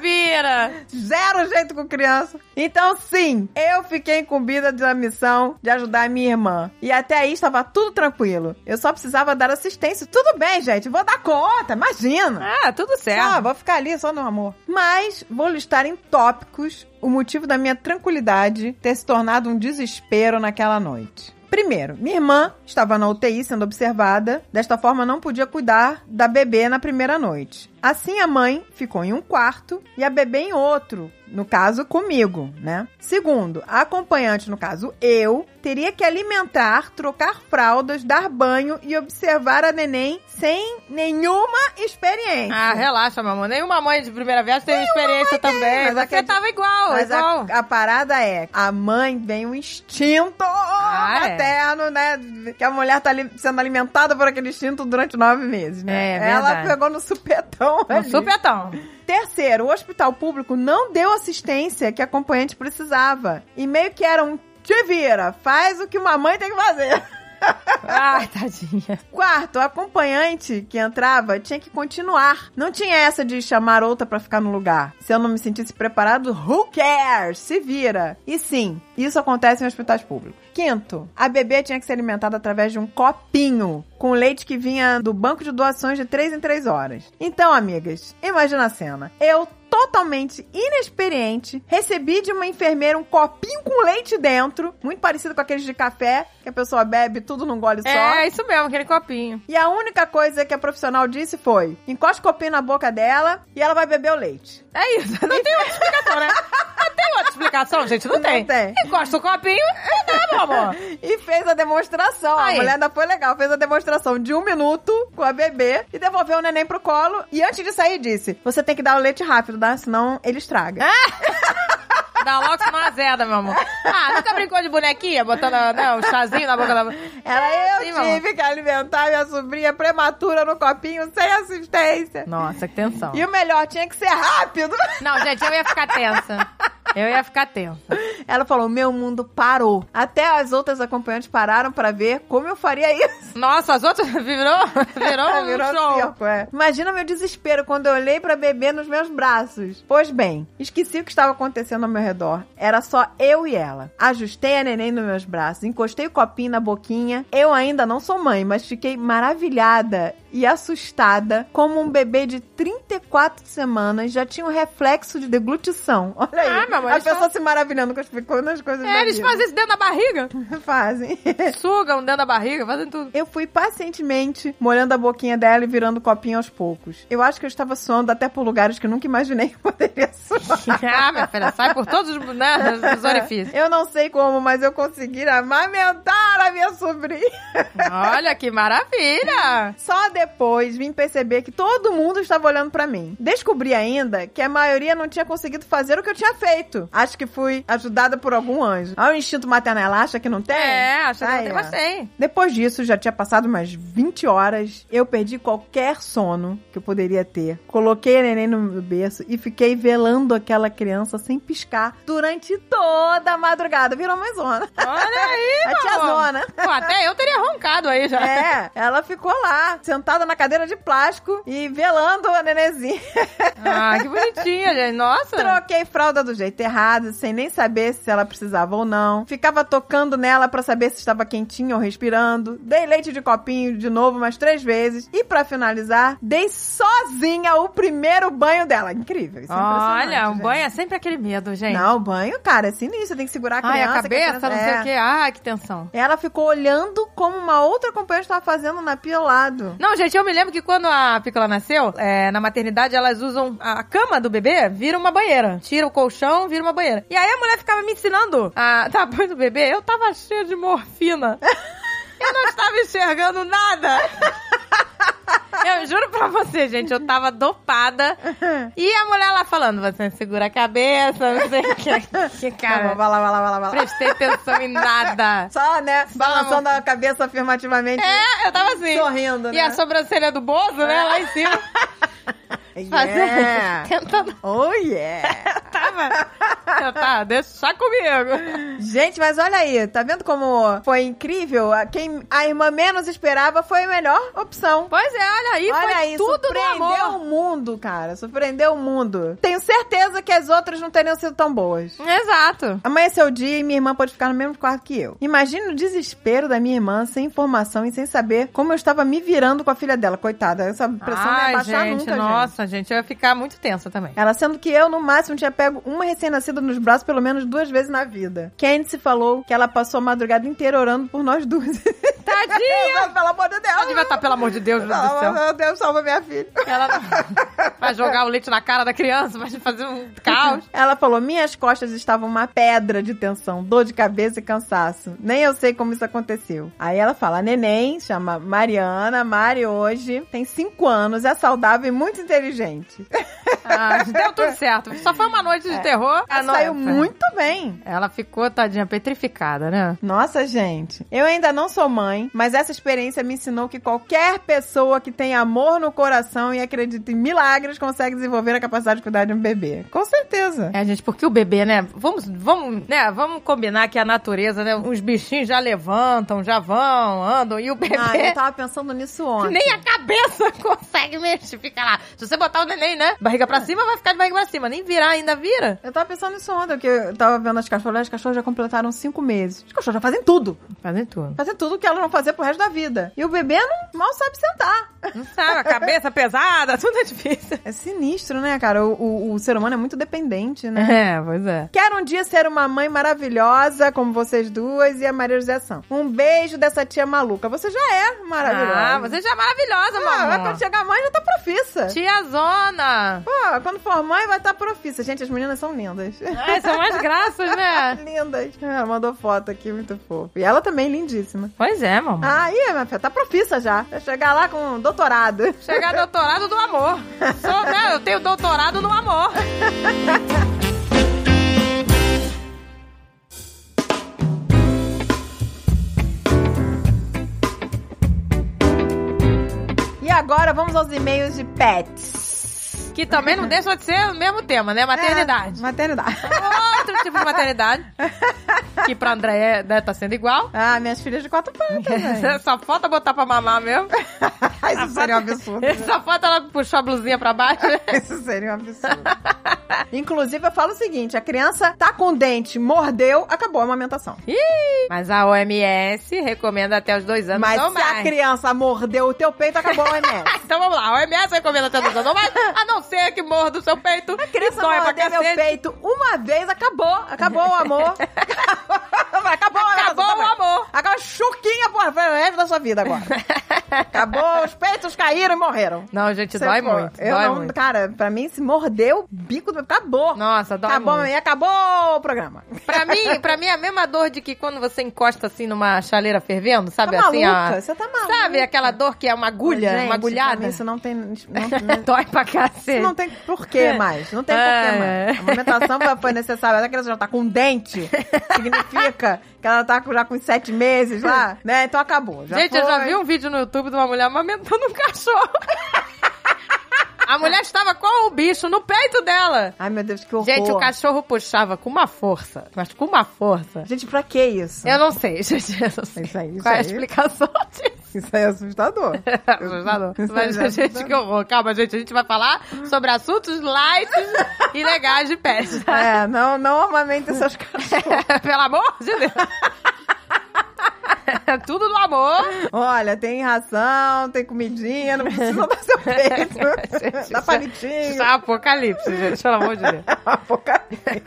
respira.
Zero jeito com criança. Então, sim, eu fiquei incumbida da missão de ajudar a minha irmã. E até aí estava tudo tranquilo. Eu só precisava dar assistência. Tudo bem, gente, vou dar conta, imagina.
Ah, tudo
Ah,
certo.
vou ficar ali só no amor. Mas vou listar em tópicos o motivo da minha tranquilidade ter se tornado um desespero naquela noite. Primeiro, minha irmã estava na UTI sendo observada, desta forma não podia cuidar da bebê na primeira noite. Assim, a mãe ficou em um quarto e a bebê em outro, no caso comigo, né? Segundo, a acompanhante, no caso eu, teria que alimentar, trocar fraldas, dar banho e observar a neném sem nenhuma experiência.
Ah, relaxa, meu amor. Nenhuma mãe de primeira viagem tem experiência também.
mas
Você
acredito-
tava igual,
Mas a,
igual. um
a parada é, a mãe vem um instinto
Ah, é.
materno, né? Que a mulher tá ali- sendo alimentada por aquele instinto durante nove meses, né?
É,
Ela
verdade.
pegou no supetão
Um
ali.
supetão.
Terceiro, o hospital público não deu assistência que a acompanhante precisava. E meio que era um te vira, faz o que uma mãe tem que fazer.
Ai, tadinha.
Quarto, a acompanhante que entrava tinha que continuar. Não tinha essa de chamar outra pra ficar no lugar. Se eu não me sentisse preparado, who cares? Se vira. E sim, isso acontece em hospitais públicos. Quinto, a bebê tinha que ser alimentada através de um copinho com leite que vinha do banco de doações de 3 em 3 horas. Então, amigas, imagina a cena. Eu totalmente inexperiente, recebi de uma enfermeira um copinho com leite dentro, muito parecido com aqueles de café, que a pessoa bebe tudo num gole só.
É, isso mesmo, aquele copinho.
E a única coisa que a profissional disse foi: encosta o copinho na boca dela e ela vai beber o leite.
É isso, não tem outra explicação, né? Não tem outra explicação, gente, não,
Não
tem.
tem.
Encosta o copinho e dá, meu amor.
E fez a demonstração.
Aí.
A mulher ainda foi legal. Fez a demonstração de um minuto com a bebê e devolveu o neném pro colo. E antes de sair, disse: Você tem que dar o leite rápido, tá? Senão ele estraga.
Dá logo, senão azeda, meu amor. Ah, nunca brincou de bonequinha, botando né, um chazinho na boca É assim, da...
Ela, é eu
sim, mamãe.
tive que alimentar minha sobrinha prematura no copinho sem assistência.
Nossa, que tensão.
E o melhor, tinha que ser rápido.
Não, gente, eu ia ficar tensa. Eu ia ficar tensa.
Ela falou: Meu mundo parou. Até as outras acompanhantes pararam pra ver como eu faria isso.
Nossa, as outras virou, virou um
Virou
show.
circo, é. Imagina meu desespero quando eu olhei pra bebê nos meus braços. Pois bem, esqueci o que estava acontecendo ao meu redor. Era só eu e ela. Ajustei a neném nos meus braços, encostei o copinho na boquinha. Eu ainda não sou mãe, mas fiquei maravilhada e assustada como um bebê de 34 semanas já tinha um reflexo de deglutição. Olha aí.
Ah, meu amor,
a
eles
pessoa
são-
se maravilhando com as pequenas coisas
É,
da
eles
vida.
fazem isso dentro da barriga.
fazem.
Sugam dentro da barriga, fazem tudo.
Eu fui pacientemente molhando a boquinha dela e virando o copinho aos poucos. Eu acho que eu estava suando até por lugares que eu nunca imaginei que poderia suar.
Ah, minha filha, sai por todos os, né, os orifícios.
Eu não sei como, mas eu consegui amamentar a minha sobrinha.
Olha que maravilha!
Só depois vim perceber que todo mundo estava olhando pra mim. Descobri ainda que a maioria não tinha conseguido fazer o que eu tinha feito. Acho que fui ajudada por algum anjo. Ah, o instinto maternal ela acha que não tem?
É, acho que não
Aí,
tem,
ó.
mas tem.
Depois disso, já tinha passado umas 20 horas, eu perdi qualquer sono que eu poderia ter. Coloquei a neném no meu berço e fiquei velando aquela criança sem piscar durante toda a madrugada. Virou uma zona.
Olha aí,
A tia
amor.
zona.
Pô, até eu teria roncado aí já.
É, ela ficou lá, sentada na cadeira de plástico e velando a nenenzinha.
Ah, que bonitinha, gente. Nossa.
Troquei fralda do jeito errado, sem nem saber se ela precisava ou não. Ficava tocando nela pra saber se estava quentinha ou respirando. Dei leite de copinho de novo umas três vezes. E pra finalizar, dei sozinha o primeiro banho dela. Incrível. Isso é impressionante,
Olha, um
gente.
banho é sempre aquele medo, gente.
Não, o banho, cara, é sinistro. Tem que segurar a criança.
Ai, a
que
cabeça,
criança-
não sei
É.
o quê. Ai, que tensão.
Ela ficou olhando como uma outra companheira estava fazendo na pia ao lado.
Não, gente, eu me lembro que quando a Piccola nasceu, é, na maternidade elas usam a a cama do bebê, vira uma banheira. Tira o colchão, vira uma banheira. E aí a mulher ficava me ensinando a dar banho do bebê. Eu tava cheia de morfina. Eu não estava enxergando nada. Eu juro pra você, gente, eu tava dopada. E a mulher lá falando, você segura a cabeça, não sei o que. Que
Calma,
cara,
Tá vai lá, vai lá, vai lá, vai lá.
prestei atenção em nada.
Só, né? Balançando a cabeça afirmativamente.
É, eu tava assim.
Sorrindo,
E
né?
a sobrancelha do Bozo, né, lá em cima.
Yeah. É.
Fazendo, tentando.
Oh, yeah!
Tava. Eu tava, deixa comigo.
Gente, mas olha aí, tá vendo como foi incrível? A Quem a irmã menos esperava foi a melhor opção.
Pois é, olha aí,
olha um
foi
aí,
tudo do
surpreendeu
amor.
o mundo, cara. Surpreendeu o mundo. Tenho certeza que as outras não teriam sido tão boas.
Exato.
Amanheceu o dia e minha irmã pôde ficar no mesmo quarto que eu. Imagina o desespero da minha irmã, sem informação e sem saber como eu estava me virando com a filha dela. Coitada, essa pressão não ia
Ai,
baixar
gente,
nunca, gente.
nossa, gente. eu ia ficar muito tensa também.
Ela sendo que eu, no máximo, tinha pego uma recém-nascida nos braços pelo menos duas vezes na vida. Candice falou que ela passou a madrugada inteira orando por nós duas.
Tadinha!
Ela, pelo amor de
Ela
Deus!
devia estar, pelo amor de Deus, meu Deus do
Pelo
céu.
amor de Deus, salva minha filha.
Ela não- vai jogar o leite na cara da criança, vai fazer um caos.
Ela falou: minhas costas estavam uma pedra de tensão, dor de cabeça e cansaço. Nem eu sei como isso aconteceu. Aí ela fala: a neném, chama Mariana, Mari hoje, tem cinco anos, é saudável e muito inteligente.
Ah, deu tudo certo. Só foi uma noite de terror. A
É. Ela
no-
saiu muito bem.
Ela ficou, tadinha, petrificada, né?
Nossa, gente. Eu ainda não sou mãe, mas essa experiência me ensinou que qualquer pessoa que tem amor no coração e acredita em milagres consegue desenvolver a capacidade de cuidar de um bebê. Com certeza.
É, gente, porque o bebê, né? Vamos, vamos, né? Vamos combinar que a natureza, né? Os bichinhos já levantam, já vão, andam, e o bebê.
Ah, eu tava pensando nisso ontem.
Nem a cabeça consegue mexer, fica lá. Se você botar o neném, né? Barriga pra cima, vai ficar de barriga pra cima. Nem virar ainda vira.
Eu tava pensando nisso ontem, porque eu tava vendo as cachorras, as cachorras já completaram cinco meses. As cachorras já fazem tudo.
Fazem tudo.
Fazem tudo que elas vão fazer pro resto da vida. E o bebê não, mal sabe sentar.
Não sabe, a cabeça pesada, tudo é difícil.
É sinistro, né, cara? O, o- o ser humano é muito dependente, né?
É, pois é.
Quero um dia ser uma mãe maravilhosa, como vocês duas e a Maria José São. Um beijo dessa tia maluca. Você já é maravilhosa.
Ah, você já é maravilhosa,
Ah, mas
mamãe.
quando chegar mãe já tá profissa.
Tia Zona.
Pô, quando for mãe vai estar tá profissa. Gente, as meninas são lindas.
Ai, são mais graças, né?
lindas. Ah, mandou foto aqui, muito fofo. E ela também, lindíssima.
Pois é, mamãe.
Ah, ih, minha filha, tá profissa já. Vai chegar lá com um doutorado.
Chegar doutorado do amor. Sou, né? Eu tenho doutorado no amor.
E agora vamos aos e-mails de pets.
Que também não deixa de ser o mesmo tema, né? Maternidade.
É, maternidade.
Outro tipo de maternidade. Que pra André né, tá sendo igual.
Ah, minhas filhas de quatro patas, velho.
Só falta botar pra mamar mesmo.
Isso seria um absurdo.
Só falta ela puxar a blusinha pra baixo. né?
Isso seria um absurdo. Inclusive, eu falo o seguinte: a criança tá com o dente, mordeu, acabou a amamentação.
Ih! Mas a OMS recomenda até os dois anos
Mas
ou
se
mais.
a criança mordeu o teu peito, acabou a OMS.
Então vamos lá, a OMS recomenda até dois anos ou mais, a não ser que morda o seu peito. A
criança mordeu meu peito uma vez, acabou. Acabou o amor. acabou a relação,
Acabou o amor.
Agora chuquinha, porra, foi o resto da sua vida agora. acabou, os peitos caíram e morreram.
Não, gente,
Você
dói
for-
muito.
é Eu
dói
não,
muito.
cara, pra mim, se mordeu o bico do meu. Acabou.
Nossa, dói
acabou,
muito.
e acabou o programa.
Pra mim, pra mim é a mesma dor de que quando você encosta assim numa chaleira fervendo, sabe?
Tá
assim,
maluca?
a-
Você tá maluca.
Sabe aquela dor que é uma agulha,
Gente,
uma
pra mim
agulhada?
Isso não tem. Não, não, é-
Dói pra cacete.
isso não tem porquê mais. Não tem porquê
É.
mais. A amamentação já foi necessária. Até que ela já tá com um dente. Significa que ela tá com- já com uns sete meses lá, né? Então acabou. Já
Gente, eu já
foi.
vi um vídeo no YouTube de uma mulher amamentando um cachorro. a mulher estava com o bicho no peito dela.
Ai, meu Deus, que horror.
Gente, o cachorro puxava com uma força, mas com uma força.
Gente, pra que isso?
Eu não sei, gente, eu não sei.
Isso aí, isso
Qual é a
aí.
explicação disso?
Isso aí é assustador.
Assustador.
Isso aí
Mas,
é
gente,
assustador.
que horror. Calma, gente, a gente vai falar sobre assuntos light e legais de peste. tá?
É, não, não amamente seus cachorros.
Pelo amor de Deus. É Tudo no amor.
Olha, tem ração, tem comidinha, não precisa dar seu peito. dá palitinho.
Isso é um apocalipse, gente, pelo amor de Deus.
Apocalipse.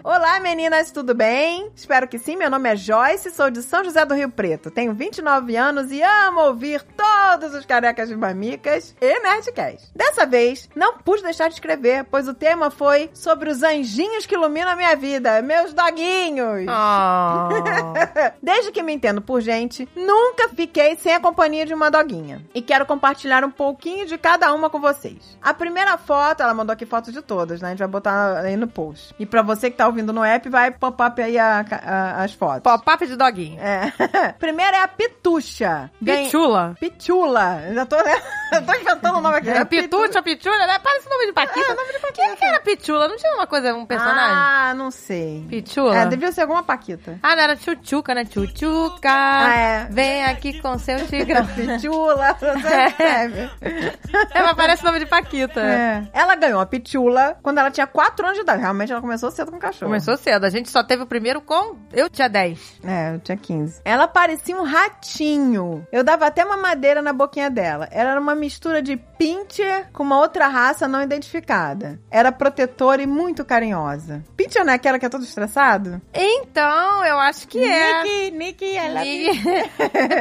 Olá, meninas, tudo bem? Espero que sim. Meu nome é Joyce, sou de São José do Rio Preto. Tenho 29 anos e amo ouvir todos os carecas de mamicas e Nerdcast. Dessa vez, não pude deixar de escrever, pois o tema foi sobre os anjinhos que iluminam a minha vida, meus doguinhos. Ah.
Oh.
Desde que me entendo por gente, nunca fiquei sem a companhia de uma doguinha. E quero compartilhar um pouquinho de cada uma com vocês. A primeira foto, ela mandou aqui foto de todas, né? A gente vai botar aí no post. E pra você que tá ouvindo no app, vai pop-up aí a- a- as fotos.
Pop-up de doguinho.
É. Primeira é a Pitucha. Ganhei-
Pichula.
Pichula. Eu Já tô, eu tô inventando o nome aqui.
É, Pitucha, Pichula, né? Parece nome de Paquita. É, nome de Paquita. Quem que era Pichula? Não tinha uma coisa, um personagem?
Ah, não sei.
Pichula?
É, devia ser alguma Paquita.
Ah, não, era Chuchuca, né? Chuchuca,
é.
vem aqui com seu tigrão.
Pichula, você sabe.
é, mas parece nome de Paquita. né?
É. Ela ganhou a pitula quando ela tinha 4 anos de idade. Realmente ela começou cedo com cachorro.
Começou cedo. A gente só teve o primeiro com... Eu tinha 10.
É, eu tinha 15. Ela parecia um ratinho. Eu dava até uma madeira na boquinha dela. Ela era uma mistura de pincher com uma outra raça não identificada. Era protetora e muito carinhosa. Pincher não é aquela que é todo estressado?
Então, eu acho que é.
Nick, Nick, ela...
E-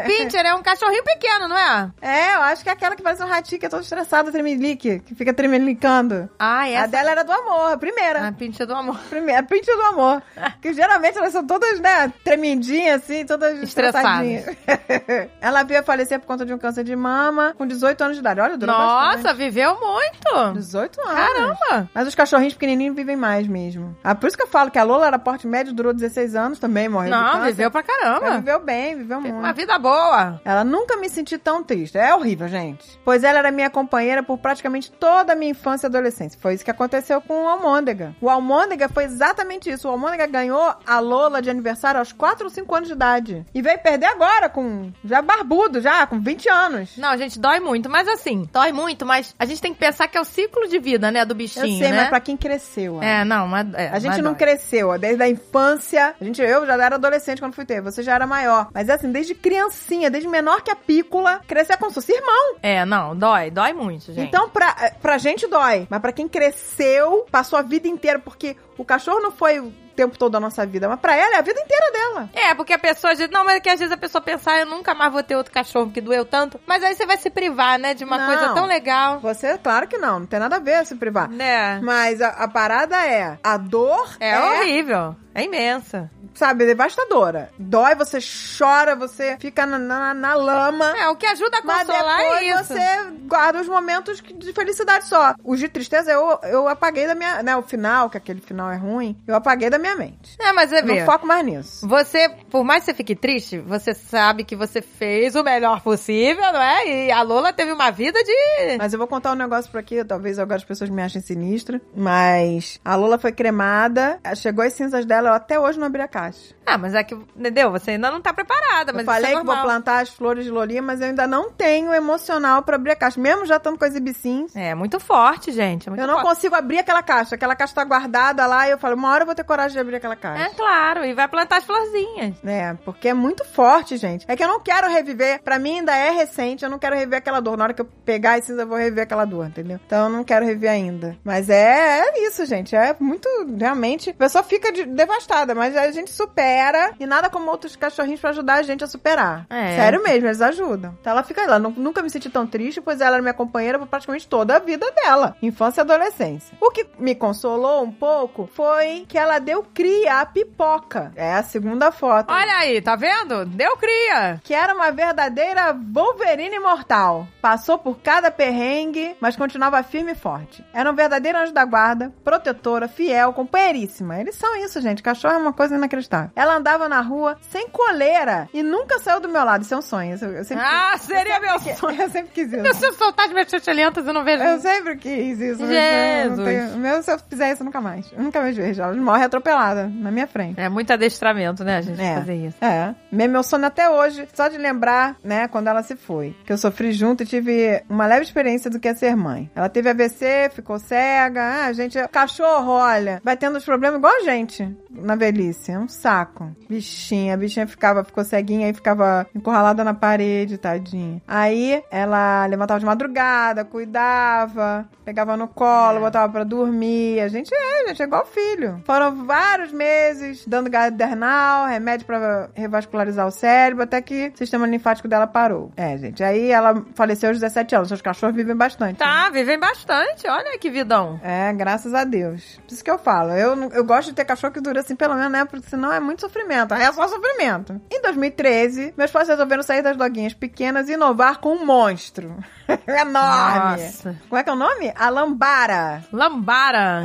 Pincher é um cachorrinho pequeno, não é?
É, eu acho que é aquela que parece um ratinho que é todo estressado, tremelique, que fica tremelicando.
Ah,
A
essa.
dela era do amor, a primeira.
A Pincher do amor.
Primeiro, a Pinch é do Amor. Que geralmente elas são todas, né, tremidinhas, assim, todas
Estressadas.
estressadinhas. Ela veio a falecer por conta de um câncer de mama com 18 anos de idade. Olha, durou bastante.
Nossa, viveu muito.
18 anos.
Caramba.
Mas os cachorrinhos pequenininhos vivem mais mesmo. Ah, por isso que eu falo que a Lola era porte médio, durou 16 anos também, morreu de
Não,
câncer.
viveu pra
Ela
caramba.
viveu bem, viveu
Teve
muito.
uma vida boa.
Ela nunca me senti tão triste. É horrível, gente. Pois ela era minha companheira por praticamente toda a minha infância e adolescência. Foi isso que aconteceu com o Almôndega. O Almôndega foi exatamente isso. O Almôndega ganhou a Lola de aniversário aos 4 ou 5 anos de idade. E veio perder agora, com já barbudo, já, com 20 anos.
Não, gente, dói muito, mas assim, dói muito, mas a gente tem que pensar que é o ciclo de vida, né, do
Eu
bichinho,
sei,
né?
mas pra quem cresceu. ó.
É, não, mas é,
A gente
mas
não
dói.
cresceu, ó, desde a infância. A gente, eu já era adolescente quando fui ter, você já era maior. Mas assim, desde criancinha, desde menor que a pícola, crescer como se fosse irmão.
É, não, dói, dói muito, gente.
Então, pra, eh, pra gente dói, mas pra quem cresceu, passou a vida inteira, porque o cachorro não foi o tempo todo da nossa vida, mas pra ela é a vida inteira dela.
É, porque a pessoa diz, não, mas é que às vezes a pessoa pensa, eu nunca mais vou ter outro cachorro que doeu tanto, mas aí você vai se privar, né, de uma
Não.
coisa tão legal,
Você, claro que não, não tem nada a ver se privar.
né?
Mas a, a parada é, a dor
É, horrível, é imensa.
sabe, devastadora. Dói, você chora, você fica na, na- na lama.
É, o que ajuda a
Mas
consolar é
depois
isso.
você guarda os momentos que- de felicidade só. Os de tristeza eu, eu apaguei da minha. Né, o final, que aquele final é ruim, eu apaguei da minha mente.
É, mas você
Eu
vê.
não foco mais nisso.
Você, por mais que você fique triste, você sabe que você fez o melhor possível, não é? E a Lola teve uma vida de.
Mas eu vou contar um negócio por aqui, talvez agora as pessoas me achem sinistra, mas a Lola foi cremada, chegou as cinzas dela, eu até hoje não abri a caixa.
Ah, mas é que, entendeu? Você ainda não tá preparada, mas
eu falei
isso é
que vou
normal.
plantar as flores de Lolinha, mas eu ainda não tenho emocional pra abrir a caixa, mesmo já estando com as ibicins.
É, muito forte, gente. é muito
Eu não
forte.
consigo abrir aquela caixa, aquela caixa tá guardada lá e eu falo, uma hora eu vou ter coragem de abrir aquela caixa.
É claro, e vai plantar as florzinhas.
É, porque é muito forte, gente. É que eu não quero reviver. Pra mim ainda é recente, eu não quero reviver aquela dor. Na hora que eu pegar as cinzas, eu vou reviver aquela dor, entendeu? Então eu não quero reviver ainda. Mas é, é isso, gente. É muito, realmente. A pessoa fica de- devastada, mas a gente supera. E nada como outros cachorrinhos pra ajudar a gente a superar.
É.
Sério mesmo, eles ajudam. Então ela fica lá. Nu- Nunca me senti tão triste, pois ela era minha companheira por praticamente toda a vida dela. Infância e adolescência. O que me consolou um pouco foi que ela deu cria à pipoca. É a segunda foto.
Olha aí, tá vendo? Deu cria.
Que era uma verdadeira Wolverine imortal. Passou por cada perrengue, mas continuava firme e forte. Era um verdadeiro anjo da guarda, protetora, fiel, companheiríssima. Eles são isso, gente. Cachorro é uma coisa inacreditável. Ela andava na rua sem coleira e nunca saiu do meu lado. Isso é um sonho. Isso Eu, eu sempre
Ah, seria meu
quis.
sonho.
Eu sempre quis isso.
Se eu soltar as minhas chuchulentas, eu não vejo.
Eu sempre quis isso. mas Eu não
Jesus.
tenho... Meu, se eu fizer isso, eu nunca mais. Eu nunca mais vejo. Ela morre atropelada na minha frente.
É muito adestramento, né, a gente,
É.
fazer isso.
É. Me emociona até hoje, só de lembrar, né, quando ela se foi. Que eu sofri junto e tive uma leve experiência do que é ser mãe. Ela teve AVC, ficou cega. Ah, gente, cachorro, olha. Vai tendo os problemas igual a gente na velhice. É um saco. Bichinha, a bichinha ficava, ficou ceguinha e ficava encurralada na parede, tadinha. Aí ela levantava de madrugada, cuidava, pegava no colo, botava pra dormir. A gente é É, gente, é igual filho. Foram vários meses dando gadernal, remédio pra revascularizar o cérebro, até que o sistema linfático dela parou. É, gente, aí ela faleceu aos 17 anos. Seus cachorros vivem bastante.
Tá, vivem bastante. Olha que vidão.
É, graças a Deus. Por isso que eu falo. Eu, não- eu gosto de ter cachorro que dura assim, pelo menos, né? Porque senão é muito sofrimento. Aí é só sofrimento. Em 2013, meus pais resolveram sair das doguinhas pequenas e inovar com um monstro. É Enorme.
Nossa.
Como é que é o nome? A Lambara.
Lambara.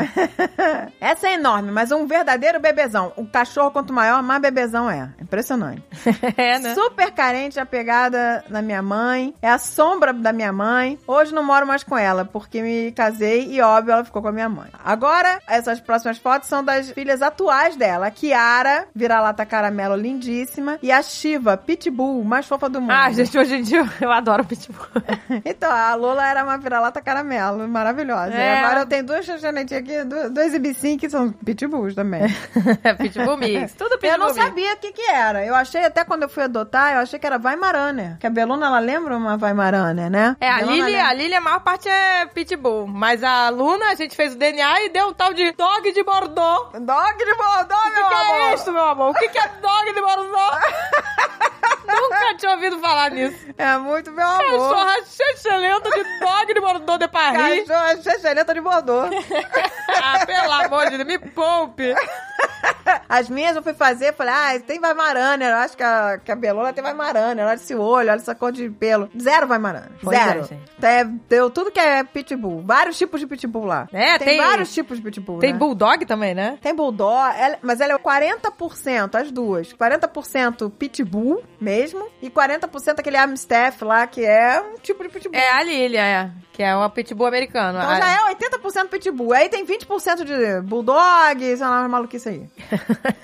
Essa é enorme, mas é um verdadeiro bebezão. O cachorro, quanto maior, mais bebezão é. Impressionante.
é, né?
Super carente, apegada na minha mãe. É a sombra da minha mãe. Hoje não moro mais com ela, porque me casei e, óbvio, ela ficou com a minha mãe. Agora, essas próximas fotos são das filhas atuais dela. A Kiara, vira-lata caramelo lindíssima. E a Shiva, pitbull, mais fofa do mundo.
Ah, gente, hoje em dia eu adoro pitbull.
Então, a Lola era uma vira-lata caramelo, maravilhosa.
É.
Agora eu tenho duas chachanetinhas aqui, du- dois ibicim que são pitbulls também.
É pitbull mix. Tudo pitbull
É, Eu não
mix.
sabia o que que era. Eu achei, até quando eu fui adotar, eu achei que era Weimaraner. Que a Beluna, ela lembra uma Weimaraner, né?
É, a
Beluna
Lily,
lembra.
a Lily, a maior parte é pitbull. Mas a Luna, a gente fez o DNA e deu um tal de dog de Bordeaux.
Dog de Bordeaux,
O
meu
que, que
amor!
é isso, meu amor? O que, que é dog de Bordeaux? Nunca tinha ouvido falar nisso.
É muito meu amor.
Cachorra chechelenta de dog de Bordeaux de Paris.
Cachorro, checheleta de Bordeaux.
ah, pelo amor de Deus, me poupe.
As minhas eu fui fazer, falei, ah, tem Weimaraner. Eu acho que a, que a Belona tem Weimaraner. Olha esse olho, olha essa cor de pelo. Zero Weimaraner.
Pois é,
Zero.
gente.
É, deu tudo que é pitbull. Vários tipos de pitbull lá.
É, tem-
vários tipos de pitbull,
Tem
né?
bulldog também, né?
Tem Bulldog, ela- mas ela é 40%, as duas. 40% Pitbull mesmo, e 40% aquele Amstaff lá, que é um tipo de Pitbull.
É a Lily, é. Que é uma pitbull americana. Ah,
Então já é 80% Pitbull. Aí tem 20% de Bulldog, sei lá, uma maluquice aí.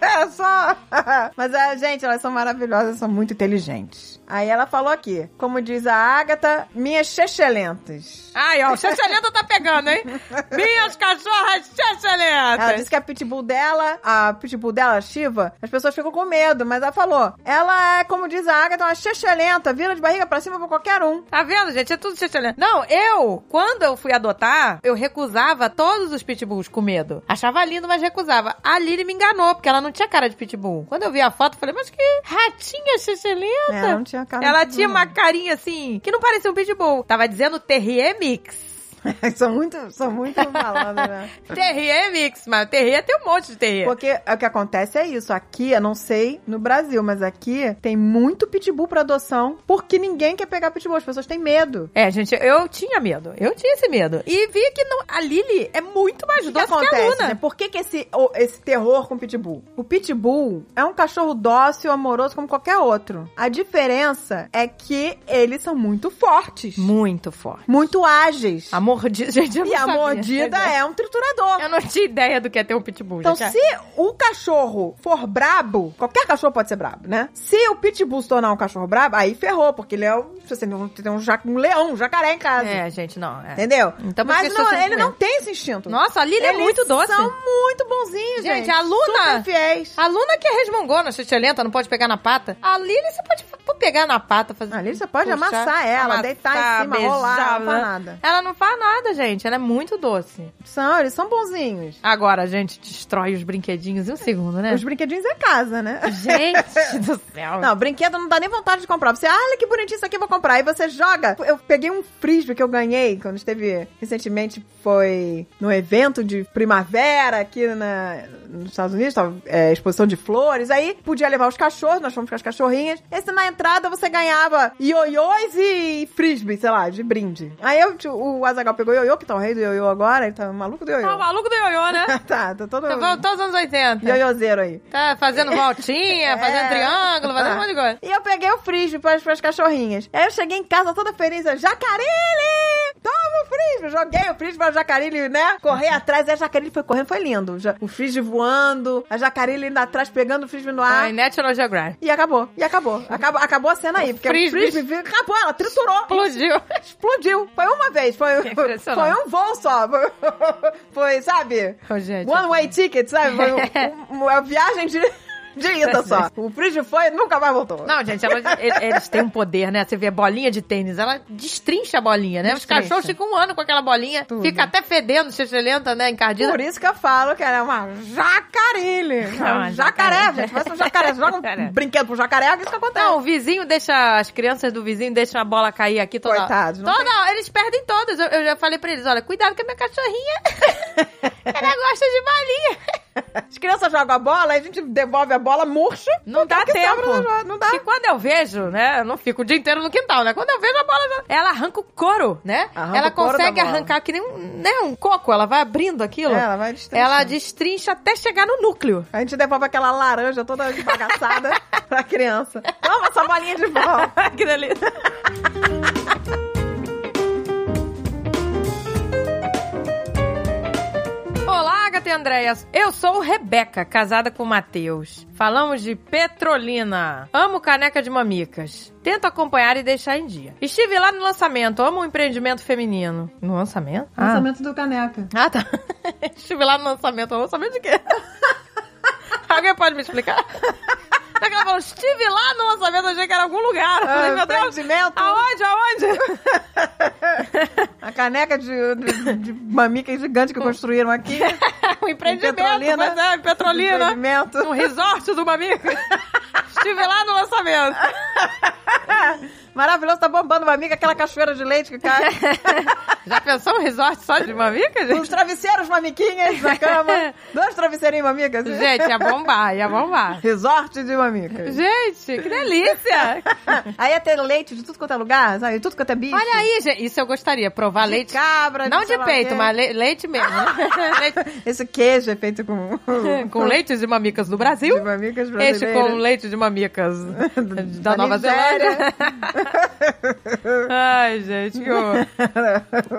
É só. Mas, ah, gente, elas são maravilhosas, são muito inteligentes. Aí ela falou aqui, como diz a Agatha, minhas chechelentas.
Ai, ó, o chechelenta tá pegando, hein? Minhas cachorras
Ela
chechelentas.
disse que a pitbull dela, a pitbull dela, a Shiva, as pessoas ficam com medo, mas ela falou, ela é, como diz a Agatha, uma chechelenta, vira de barriga pra cima pra qualquer um.
Tá vendo, gente? É tudo chechelenta. Não, eu, quando eu fui adotar, eu recusava todos os pitbulls com medo. Achava lindo, mas recusava. A Lily me enganou, porque ela não tinha cara de pitbull. Quando eu vi a foto, eu falei, mas que ratinha chechelenta.
É, não tinha cara.
Ela tinha uma carinha assim, que não parecia um pitbull. Tava dizendo Terrier Mix.
É, são muito, são muito malandras, né?
Terrier Mix, mas Terrier tem um monte de Terrier.
Porque o que acontece é isso. Aqui, eu não sei no Brasil, mas aqui tem muito pitbull pra adoção, porque ninguém quer pegar pitbull. As pessoas têm medo.
É, gente, eu tinha medo. Eu tinha esse medo. E vi que não, a Lily é muito mais
O que
doce que, a
acontece?
Luna.
né? Por que, que esse, o- esse terror com o pitbull? O pitbull é um cachorro dócil, amoroso, como qualquer outro. A diferença é que eles são muito fortes,
Muito forte.
muito ágeis.
A mordida, gente, eu não
e a
sabia.
mordida é um triturador.
Eu não tinha ideia do que é ter um pitbull,
Então,
gente.
se o cachorro for brabo, qualquer cachorro pode ser brabo, né? Se o pitbull se tornar um cachorro brabo, aí ferrou, porque ele é um, você tem um, ja- um leão, um jacaré em casa.
É, gente, não. é.
Entendeu?
Então, por
Mas
isso que eu
não,
estou
ele
sentindo
não
medo.
tem esse instinto.
Nossa, a Lily é
Eles
muito doce.
são muito bonzinhos,
Gente,
gente.
a Luna-
Super fiéis.
A Luna que é resmongona, chechelenta, não pode pegar na pata. A Lily você pode f- pegar na pata, fazer.
Ah, A Lily você pode
puxar,
amassar ela,
tá
deitar em cima, rolar, não faz
ela.
nada.
Ela não faz nada, gente. Ela é muito doce.
São, eles são bonzinhos.
Agora, a gente destrói os brinquedinhos em um segundo, né?
Os brinquedinhos é casa, né?
Gente do céu.
Não, brinquedo não dá nem vontade de comprar. Você, ah, olha que bonitinho isso aqui, eu vou comprar. Aí você joga. Eu peguei um frisbee que eu ganhei quando esteve recentemente, foi no evento de primavera aqui na, nos Estados Unidos, tava, é, exposição de flores. Aí podia levar os cachorros, nós fomos com as cachorrinhas. Esse na entrada você ganhava ioiôs e frisbee, sei lá, de brinde. Aí eu, tipo, o Azagal pegou ioiô, que tá o rei do ioiô agora, ele tá maluco do
Tá o
ioiô.
maluco do ioiô, né?
tá, tá todo
Tá voltando aos anos 80.
ioiôzeiro aí.
Tá fazendo voltinha, fazendo triângulo, fazendo um monte de coisa.
E eu peguei o frisbee pras, pras cachorrinhas. Aí eu cheguei em casa toda feliz, eu, Jacarile! Toma o frisbee! Joguei o frisbee pra Jacarile, né?
Uhum.
Corri atrás, e a Jacarile foi correndo, foi lindo. Já- O frisbee voando, a Jacarile indo atrás, pegando o frisbee no ar.
Ai, National Geographic.
E acabou, e acabou. Acabou, acabou a cena aí, porque
frisbee-
o frisbee veio- acabou, ela triturou,
Explodiu.
explodiu. Foi uma vez, foi,
Que É impressionante.
foi um voo só. Foi, sabe?
Ô, gente. é
One way ticket, sabe? Foi um- um- uma viagem de, de ida só. O Prígio foi e nunca mais voltou.
Não, gente, ela- e- eles têm um poder, né? Você vê a bolinha de tênis, ela destrincha a bolinha, né? Os
Destrincha.
cachorros ficam um ano com aquela bolinha,
Tudo.
fica até fedendo, chechelenta, né? Encardida.
Por isso que eu falo que ela é uma jacarilha.
É
É
uma
um jacaré,
jacaré.
gente. Parece um jacaré. Você joga
Jacaré.
um brinquedo pro jacaré, é isso que acontece.
Não, o vizinho deixa, as crianças do vizinho deixam a bola cair aqui toda
Coitados, não
Toda hora, eles perdem todas. Eu, eu já falei pra eles, olha, cuidado que a minha cachorrinha, ela gosta de bolinha.
As crianças jogam a bola, aí a gente devolve a bola murcha.
Não dá
que sobra
tempo. Tipo,
no jo- Não dá.
E quando eu vejo, né? Eu não fico o dia inteiro no quintal, né? Quando eu vejo a bola, já- ela arranca o couro, né?
Arranca
ela
o couro
consegue
da bola.
arrancar que nem um, né, um coco, ela vai abrindo aquilo.
É, ela vai destrinchando.
Ela destrincha até chegar no núcleo.
A gente devolve aquela laranja toda bagaçada pra criança. Toma essa bolinha de volta.
que delícia. Olá, Agatha e Andréas. Eu sou Rebeca, casada com Matheus. Falamos de Petrolina. Amo caneca de mamicas. Tento acompanhar e deixar em dia. Estive lá no lançamento. Amo o empreendimento feminino. No lançamento? Ah.
do caneca.
Ah, tá. Estive lá no lançamento. No lançamento de quê? Alguém pode me explicar? É Ela falou, estive lá no lançamento, achei que era algum lugar. Eu falei,
Ah,
meu Deus,
empreendimento.
aonde, aonde?
A caneca de, de, de mamica gigante que construíram aqui.
um empreendimento,
Petrolina.
pois é, em Petrolina.
Empreendimento.
Um resort do Mamica. estive lá no lançamento.
Maravilhoso, tá bombando mamica, aquela cachoeira de leite que cai.
Já pensou um resort só de Mamica, gente?
Os travesseiros mamiquinhas na cama. Dois travesseirinhos mamicas.
Gente, ia bombar, ia bombar.
Resort de mamicas.
Gente, que delícia!
Aí ia ter leite de tudo quanto é lugar, sabe? Tudo quanto é bicho.
Olha aí, gente. Isso eu gostaria, provar
de
leite.
cabra,
Não
sei
de
lá o
peito,
quê.
mas le- leite mesmo. né? leite,
Esse queijo é feito com...
É, com leites de mamicas do Brasil.
De mamicas brasileiras.
Este com leite de mamicas da,
Da
Nova
Nigéria.
Zelândia. Ai, gente, que horror.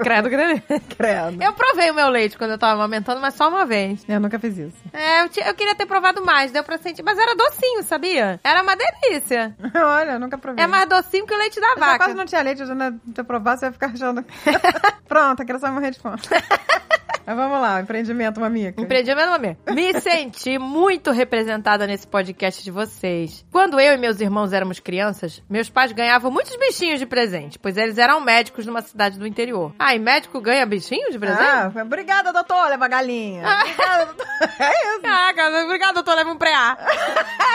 Credo, credo.
Credo.
Eu provei o meu leite quando eu tava amamentando, mas só uma vez.
Eu nunca fiz isso.
É, eu, ti- eu queria ter provado mais, deu pra sentir. Mas era docinho, sabia? Era uma delícia.
Olha, eu nunca provei.
É mais docinho que o leite da
Eu já Uhum. é quase
vaca.
não tinha leite, já né? Se eu provar, você vai ficar achando. Pronto, é a criança vai morrer de fome. Mas vamos lá, empreendimento, mamica.
Empreendi é meu nome. Me senti muito representada nesse podcast de vocês. Quando eu e meus irmãos éramos crianças, meus pais ganhavam muitos bichinhos de presente, pois eles eram médicos numa cidade do interior. Ah, e médico ganha bichinho de presente?
Ah, obrigada, doutor, leva galinha. Obrigada, doutor.
Ah.
É isso.
Caraca, obrigado, doutor, leva um preá.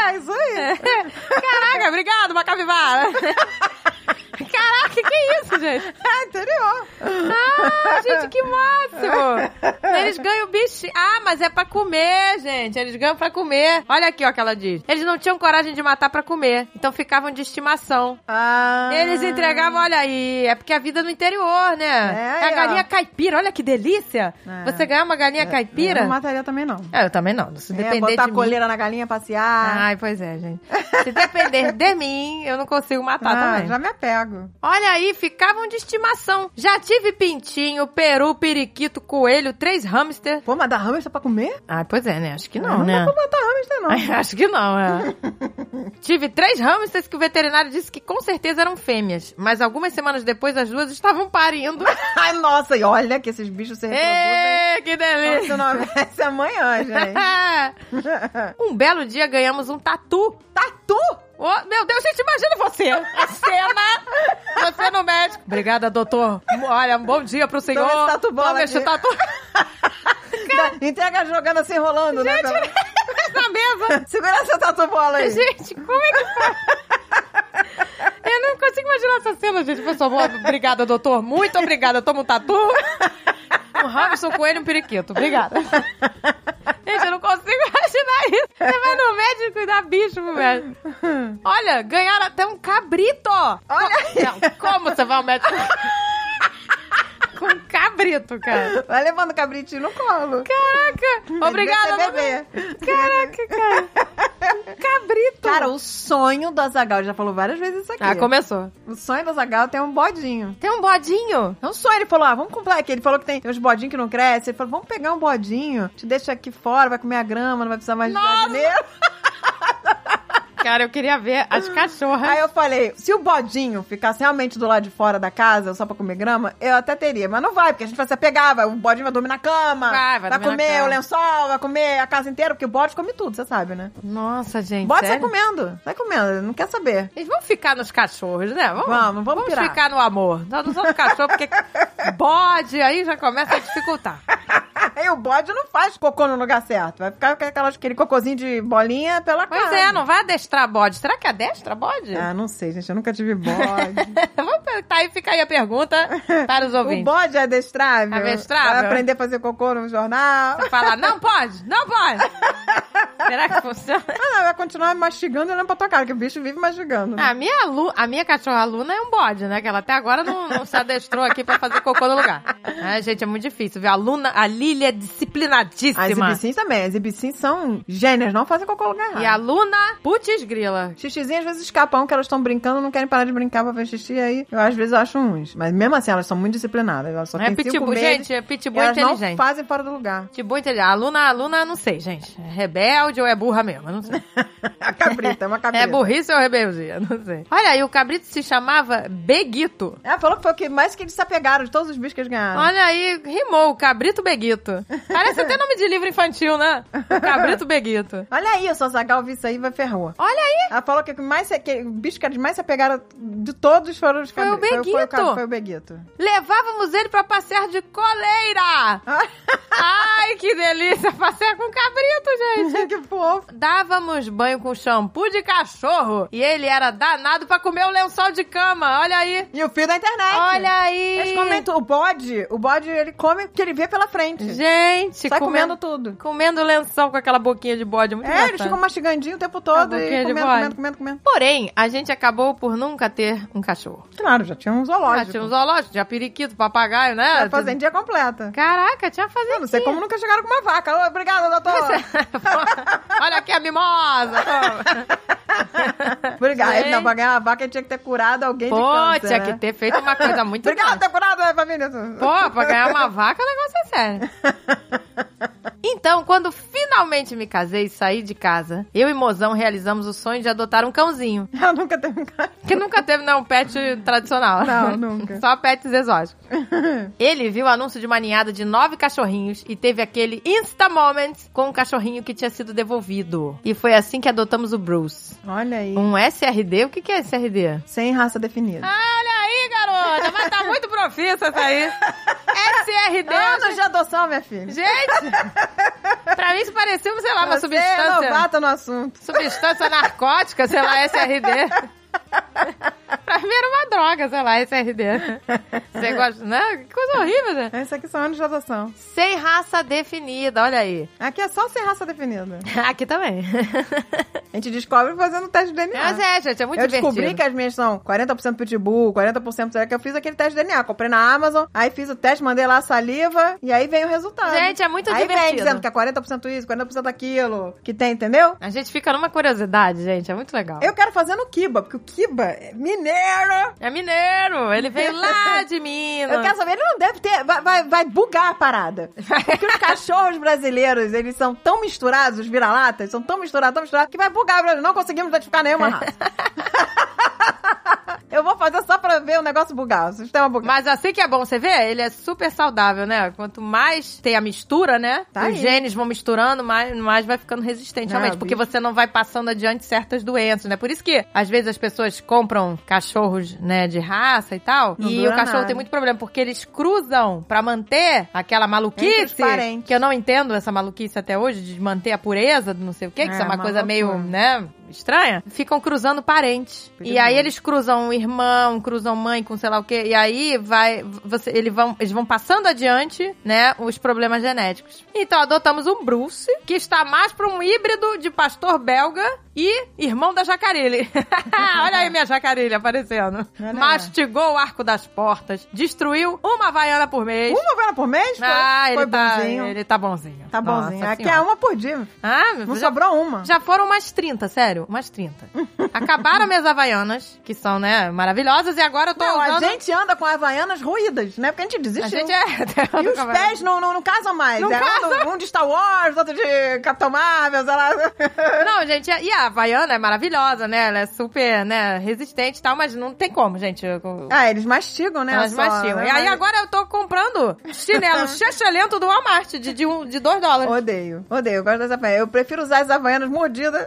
É isso aí.
Caraca, obrigado, uma capivara. Caraca, que isso, gente?
É interior.
Ah, gente, que máximo! Eles ganham bicho. Ah, mas é pra comer, gente. Eles ganham pra comer. Olha aqui, ó, que ela diz. Eles não tinham coragem de matar pra comer, então ficavam de estimação.
Ah.
Eles entregavam, olha aí, é porque a vida é no interior, né?
É,
É, a
aí, ó.
galinha caipira, olha que delícia!
É.
Você ganhar uma galinha
Eu
caipira?
não mataria também, não.
É, eu também não, se
É,
depender
botar
de
a
mim.
coleira na galinha, passear.
Ai, pois é, gente. Se depender de mim, eu não consigo matar
Ah,
também.
já me apego.
Olha aí, ficavam de estimação. Já tive pintinho, peru, periquito, coelho, três hamster.
Pô, mas dá hamster pra comer?
Ah, pois é, né? Acho que
Ah,
não, né?
dá pra matar hamster, não.
Acho que não, é. Tive três hamsters que o veterinário disse que com certeza eram fêmeas, mas algumas semanas depois as duas estavam parindo.
Ai, nossa, e olha que esses bichos se reproduzem.
Ê, que
Nossa,
delícia!
Se não é houvesse amanhã, gente.
um belo dia ganhamos um tatu.
Tá Tatu!
Oh, meu Deus, gente, imagina você! A cena! Você no médico. Obrigada, doutor. Olha, um bom dia pro senhor.
esse tatu bola
Toma esse
aqui.
tatu.
Da- Entrega jogando assim, rolando, né? Pela-
na mesa.
Segura essa tatu bola aí.
Gente, como é que faz? Eu não consigo imaginar essa cena, gente. Pessoal, boa- obrigada, doutor. Muito obrigada. Toma um tatu. Um hamster, um coelho e um periquito. Obrigada. Gente, eu não consigo imaginar isso. Você vai no médico e dá bicho pro médico. Olha, ganharam até um cabrito.
Olha aí.
Não, como você vai ao médico com um cabrito, cara?
Vai levando o cabritinho no colo.
Caraca. Obrigada,
Devia ser
doutor.
bebê.
Caraca, cara. Um cabrito.
Cara, o sonho do Azagal, já falou várias vezes isso aqui.
Ah, começou.
O sonho do Azagal tem um bodinho.
Tem um bodinho?
É um sonho, ele falou, ah, vamos comprar aqui. Ele falou que tem uns bodinhos que não crescem. Ele falou, vamos pegar um bodinho, te deixa aqui fora, vai comer a grama, não vai precisar mais de
Nossa!
jardineiro.
Cara, eu queria ver as cachorras.
Aí eu falei, se o bodinho ficasse realmente do lado de fora da casa, só pra comer grama, eu até teria. Mas não vai, porque a gente vai se apegar, vai, o bodinho vai dormir na cama,
Vai, vai dormir na
comer
cama.
o lençol, vai comer a casa inteira, porque o bode come tudo, você sabe, né?
Nossa,
O
gente.
bode sai
sério?
comendo, sai comendo, não quer saber.
Eles vão ficar nos cachorros, né? Vamos,
Vamos, vamos pirar.
ficar no amor. Nós não somos cachorro, porque bode aí já começa a dificultar.
Aí o bode não faz cocô no lugar certo, vai ficar com aquela, aquele cocôzinho de bolinha pela
Pois
casa.
é, não vai adestrar bode. Será que adestra bode?
Ah, não sei, gente, eu nunca tive bode.
Vamos perguntar aí, fica aí a pergunta para os
o
ouvintes.
bode é adestrável?
Adestrável?
Vai aprender a fazer cocô no jornal?
Falar, não pode, não pode. Será que funciona?
Ah, não, vai continuar mastigando e olhando pra tua cara, que o bicho vive mastigando. né?
Ah, A minha, Lu, a minha cachorra Luna é um bode, né? Que ela até agora não, não se adestrou aqui pra fazer cocô no lugar. Ai, gente, é muito difícil, viu? A Luna, a Lili é
As
disciplinadíssima.
ibicins também. As ibicins são gênias, não fazem qualquer lugar errado.
E a Luna, putz grila.
Xixizinha às vezes escapam que elas estão brincando, não querem parar de brincar pra ver xixi, aí eu às vezes acho uns. Mas mesmo assim, elas são muito disciplinadas. Elas só
Não é
têm cinco
pitbull,
meses
gente, é
e
pitbull
elas não
inteligente.
fazem fora do lugar.
Pitbull inteligente. A Luna, a Luna, não sei, gente. É rebelde ou é burra mesmo? Eu não sei.
A cabrita, é uma cabrita.
É burrice ou rebeldia? Não sei. Olha aí, o cabrito se chamava Beguito.
Ela falou que foi o que mais que eles se apegaram de todos os bichos que eles ganharam.
Olha aí, rimou, Cabrito Beguito. Parece até nome de livro infantil, né? O Cabrito Beguito.
Olha aí, o Zagal viu isso aí vai ferrou.
Olha aí,
Ela falou que, o que mais se- que o bicho que eles mais se apegaram de todos foram os
Foi o
cabritos. Foi, o
Beguito.
cab- foi o Beguito.
levávamos ele pra passear de coleira. Ai, que delícia, passear com cabrito, gente.
que fofo.
Dávamos banho com shampoo de cachorro e ele era danado pra comer o lençol de cama. Olha aí.
E o fio da internet.
Olha aí.
Eles comem tu- o bode, o bode ele come o que ele vê pela frente.
Gente,
Sai
comendo,
comendo, tudo.
comendo lençol com aquela boquinha de bode. Muito
É, eles
engraçado.
ficam mastigandinho o tempo
A
todo
boquinha
e
de
comendo,
bode.
comendo, comendo, comendo.
Porém, a gente acabou por nunca ter um cachorro.
Claro, já tinha um zoológico.
Ah, tinha um zoológico, tinha periquito, papagaio, né?
A fazendinha completa.
Caraca, tinha fazendinha.
Eu não sei como nunca chegaram com uma vaca. Ô, Obrigada,
é
doutor.
Olha aqui a mimosa.
Obrigada.
Gente.
Não, pra ganhar a vaca tinha que ter curado alguém de
Pô,
câncer.
tinha
né?
que ter feito uma coisa muito
Obrigada por
grande.
ter curado a família.
Pô, pra ganhar uma vaca, o negócio é sério. Então, quando finalmente me casei e saí de casa, eu e Mozão realizamos o sonho de adotar um cãozinho.
Ela nunca teve um cara.
Que nunca teve, né, um pet tradicional.
Não, nunca.
Só pets exóticos. Ele viu o anúncio de uma ninhada de nove cachorrinhos e teve aquele insta moment com um cachorrinho que tinha sido devolvido. E foi assim que adotamos o Bruce.
Olha aí.
Um SRD? O que que é SRD?
Sem raça definida.
Ah, olha aí, garota! Mas tá muito profissa essa aí. SRD...
Anos de adoção, minha filha.
Gente! Pra mim isso parecia, sei lá, uma
Você é
substância...
novata no assunto.
Substância narcótica, sei lá, SRD. pra mim era uma droga, sei lá, SRD. Você gosta, né? Que coisa horrível, né?
Esses aqui são anos de adoção.
Sem raça definida, olha aí.
Aqui é só sem raça definida.
Aqui também.
A gente descobre fazendo teste de DNA.
Mas é, gente, é muito
eu
divertido.
descobri que as minhas são 40% pitbull, 40% será é que eu fiz aquele teste de DNA. Comprei na Amazon, aí fiz o teste, mandei lá a saliva e aí vem o resultado.
Gente, é muito
aí vem
divertido.
dizendo que é 40% isso, 40% aquilo, que tem, entendeu?
A gente fica numa curiosidade, gente, é muito legal.
Eu quero fazer no Kiba, porque o Kiba é mineiro.
É mineiro, ele veio lá de Minas.
Eu quero saber, ele não deve ter. Vai, vai, vai bugar a parada. Porque os cachorros brasileiros, eles são tão misturados, os vira-latas, são tão misturados, tão misturados, que vai bugar. Brasil. Não conseguimos identificar nenhuma raça. Eu vou fazer só pra ver o negócio bugar, o sistema bugar.
Mas assim que é bom, você vê, ele é super saudável, né? Quanto mais tem a mistura, né?
Tá
os
aí.
genes vão misturando, mais, mais vai ficando resistente,
Não, é,
realmente. Porque
bicho.
você não vai passando adiante certas doenças, né? Por isso que, às vezes, as pessoas compram cachorros, né, de raça e tal.
Não
e
dura
o cachorro
nada.
tem muito problema, porque eles cruzam pra manter aquela
Entre os
maluquice.
parentes.
Que eu não entendo essa maluquice até hoje, de manter a pureza do não sei o quê, que
É,
isso é uma
uma
coisa meio,
loucura.
né, estranha. Ficam cruzando parentes. E aí eles cruzam um irmão, cruzam mãe com sei lá o quê. E aí vai. Você, ele vão, eles vão passando adiante, né? Os problemas genéticos. Então adotamos um Bruce, que está mais para um híbrido de pastor belga e irmão da jacarelli. Olha aí minha jacarelli aparecendo.
Olha lá.
Mastigou o arco das portas, destruiu uma vaiana por mês.
Uma vela por mês? Uh, Foi,
ah, ele
foi
tá,
bonzinho.
ele tá bonzinho.
Tá
Nossa
bonzinho. Aqui
Senhora.
é uma por dia.
Ah,
Não
já-
sobrou uma.
já foram umas 30, sério, umas 30. Acabaram minhas havaianas, que são, né, maravilhosas, e agora eu tô
Não, a
usando...
gente anda com havaianas ruídas, né? Porque a gente desistiu.
a gente é...
E os pés não, não, não casam mais.
Não
é, um do- Um, de Star Wars, outro de Capitão Marvel, sei lá.
Não, gente, e a a Havaiana é maravilhosa, né? Ela é super, né, resistente e tal, mas não tem como, gente. Eu-
Ah, eles mastigam, né?
Elas
só,
mastigam.
né?
E aí
Mas-
agora eu tô comprando chinelo chechelento do Walmart de 2 de um, de dois dólares.
Odeio, odeio, eu gosto das havaianas. Eu prefiro usar as havaianas mordidas.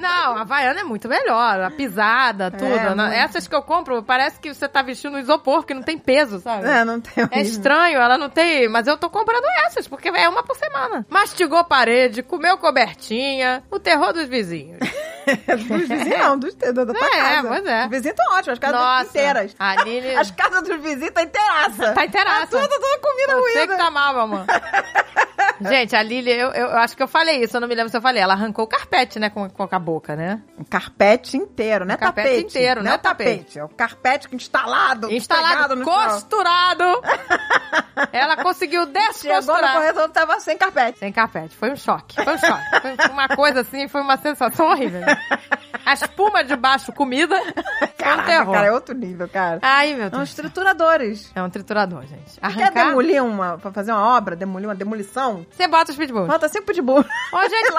Não, a Havaiana é muito melhor. A pisada, tudo.
É,
Na-
muito.
Essas que eu compro, parece que você tá vestindo um isopor, que não tem peso, sabe?
É, não tem
É estranho, ela não tem. Mas eu tô comprando essas, porque é uma por semana. Mastigou parede, comeu cobertinha, o terror dos vizinhos.
Dos vizinhos, não, dos, da, da tua
É,
casa.
pois é.
Os vizinhos estão ótimos, as casas
Nossa,
inteiras.
a Aline-
As casas dos vizinhos estão inteiraça.
Tá inteiraça.
Tá tudo, tudo comida
Você
ruída.
que tá mal, mamãe. Gente, a Lili, eu, eu- eu acho que eu falei isso, eu não me lembro se eu falei. Ela arrancou o carpete, né, com, com a boca, né?
Um carpete inteiro, né?
Um carpete
tapete.
inteiro,
não
né,
é tapete. É o carpete instalado, pegado
Instalado,
no chão.
costurado. Ela conseguiu
Chegou no
descosturar.
corredor, tava sem carpete.
Sem carpete. Foi um choque. Foi um choque. Foi uma coisa assim, foi uma sensação horrível. A espuma de baixo, comida, foi um
Caraca,
terror.
cara, é outro nível, cara.
Ai, meu
São
Deus.
os trituradores.
É um triturador, gente.
Quer
Arrancar,
demolir uma, pra fazer uma obra, demolir uma demolição?
você bota os pitbulls.
Falta cinco de burro.
Ó, gente,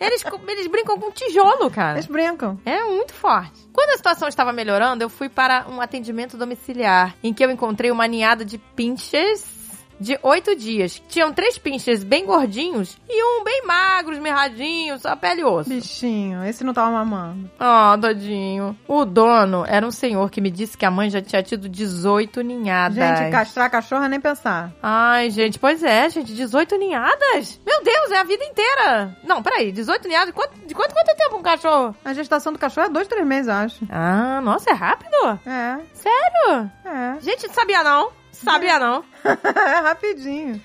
eles, eles brincam com tijolo, cara.
Eles brincam.
É muito forte. Quando a situação estava melhorando, eu fui para um atendimento domiciliar, em que eu encontrei uma ninhada de pinches de oito dias. Tinham três pinches bem gordinhos e um bem magro, esmirradinho, só pele e osso.
Bichinho, esse não tá tava mamando.
Oh, tadinho. O dono era um senhor que me disse que a mãe já tinha tido 18 ninhadas.
Gente, castrar cachorro é nem pensar.
Ai, gente, pois é, gente, 18 ninhadas? Meu Deus, é a vida inteira. Não, peraí, 18 ninhadas, quanto- de quanto, quanto tempo um cachorro?
A gestação do cachorro é dois, três meses, eu acho.
Ah, nossa, é rápido?
É,
Sério?
é.
Gente, sabia não? Sabia não? Ah,
é rapidinho.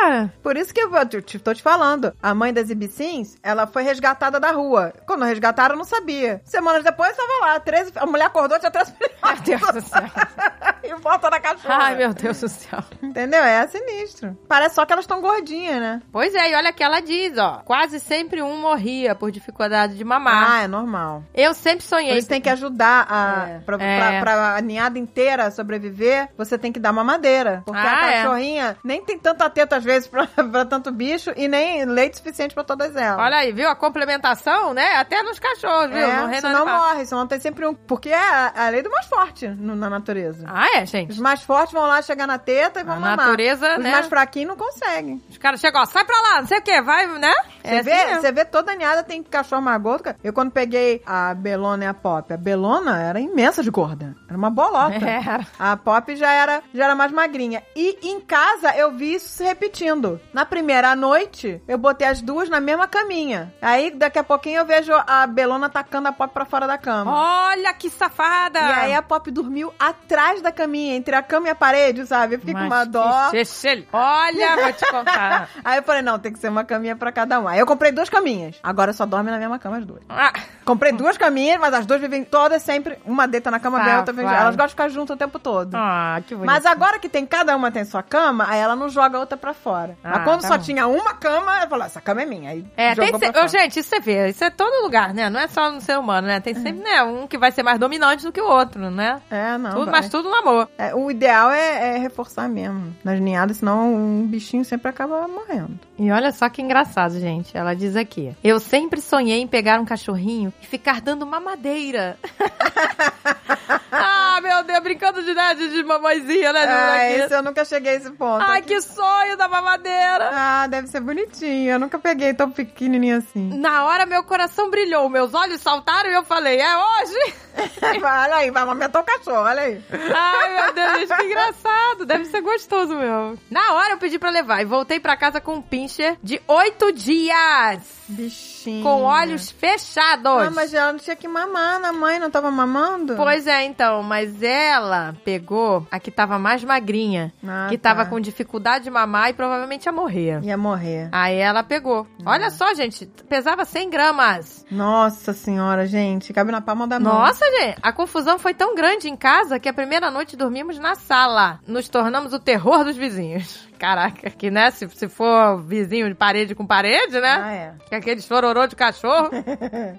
Cara,
Por isso que eu te- te- tô te falando. A mãe das Ibicins, ela foi resgatada da rua. Quando resgataram, eu não sabia. Semanas depois, tava lá. 13, a mulher acordou, tinha 13
meu Deus do céu.
e volta na cachorra.
Ai, meu Deus do céu.
Entendeu? É sinistro. Parece só que elas estão gordinhas, né?
Pois é, e olha o que ela diz, ó. Quase sempre um morria por dificuldade de mamar.
Ah, é normal.
Eu sempre
Por
sonhei.
isso tem que ajudar a,
É.
pra,
É.
pra- pra a ninhada inteira sobreviver, você tem que dar mamadeira. Porque
Ah,
a
é.
cachorrinha nem tem tanta teta às vezes pra, pra tanto bicho e nem leite suficiente pra todas elas.
Olha aí, viu? A complementação, né? Até nos cachorros, viu? No
é,
reino
senão
animal.
morre, senão tem sempre um. Porque é a, a lei do mais forte no- na natureza.
Ah, é, gente?
Os mais fortes vão lá chegar na teta e vão
A
mamar.
natureza,
Os
né?
mais fraquinhos não conseguem.
Os caras chegam, ó, sai pra lá, não sei o que, vai, né?
Você,
É
vê,
assim mesmo.
você vê toda a ninhada tem cachorro mais gordo. cara. Eu quando peguei a Belona e a Pop, a Belona era imensa de gorda. Era uma bolota.
Era.
A Pop já era, já era mais magrinha. E em casa eu vi isso se repetindo. Na primeira noite, eu botei as duas na mesma caminha. Aí daqui a pouquinho eu vejo a Belona atacando a Pop pra fora da cama.
Olha que safada!
E aí a Pop dormiu atrás da caminha, entre a cama e a parede, sabe? Eu fiquei com uma dó.
Olha, vou te contar.
Aí eu falei, não, tem que ser uma caminha pra cada um. Aí eu comprei duas caminhas. Agora só dorme na mesma cama as duas.
Ah,
Comprei duas caminhas, mas as duas vivem todas sempre. Uma deita na cama
Ah,
dela, outra vem.
claro.
Elas gostam de ficar juntas o tempo todo.
ah, que bonito.
Mas agora que tem cada uma tem sua cama, aí ela não joga a outra pra fora.
Ah,
mas quando
tá
só
bom.
tinha uma cama, ela falou, essa cama é minha. Aí
É, tem
jogou
se...
pra
Ô,
fora.
gente, isso você vê, isso é todo lugar, né? Não é só no ser humano, né? Tem sempre, né, um que vai ser mais dominante do que o outro, né?
É, Uhum. não.
tudo,
vai.
mas tudo no amor.
É, o ideal é, é reforçar mesmo. Nas ninhadas, senão um bichinho sempre acaba morrendo.
E olha só que engraçado, gente. Ela diz aqui: Eu sempre sonhei em pegar um cachorrinho e ficar dando mamadeira. ah, meu Deus, brincando de, né, de, de mamãezinha, né? de
Ah,
molequinha.
esse eu nunca cheguei a esse ponto.
Ai, que sonho da mamadeira!
Ah, deve ser bonitinho. Eu nunca peguei tão pequenininho assim.
Na hora, meu coração brilhou, meus olhos saltaram e eu falei: É hoje?
olha aí, vai amamentar o cachorro, olha aí.
Ai, meu Deus, gente, que engraçado. Deve ser gostoso, meu. Na hora, eu pedi pra levar e voltei pra casa com um pincher de oito dias,
Bichinho.
com olhos fechados.
Ah, mas ela não tinha que mamar na mãe, não tava mamando?
Pois é, então, mas ela pegou a que tava mais magrinha,
Ah,
que tava
tá.
com dificuldade de mamar e provavelmente ia morrer.
Ia morrer.
Aí ela pegou.
Uhum.
Olha só, gente, pesava 100 gramas.
Nossa senhora, gente, cabe na palma da mão.
Nossa, gente, a confusão foi tão grande em casa que a primeira noite dormimos na sala. Nos tornamos o terror dos vizinhos. Caraca, que né, se, se for vizinho de parede com parede, né?
Ah, é.
Que aquele chororô de cachorro.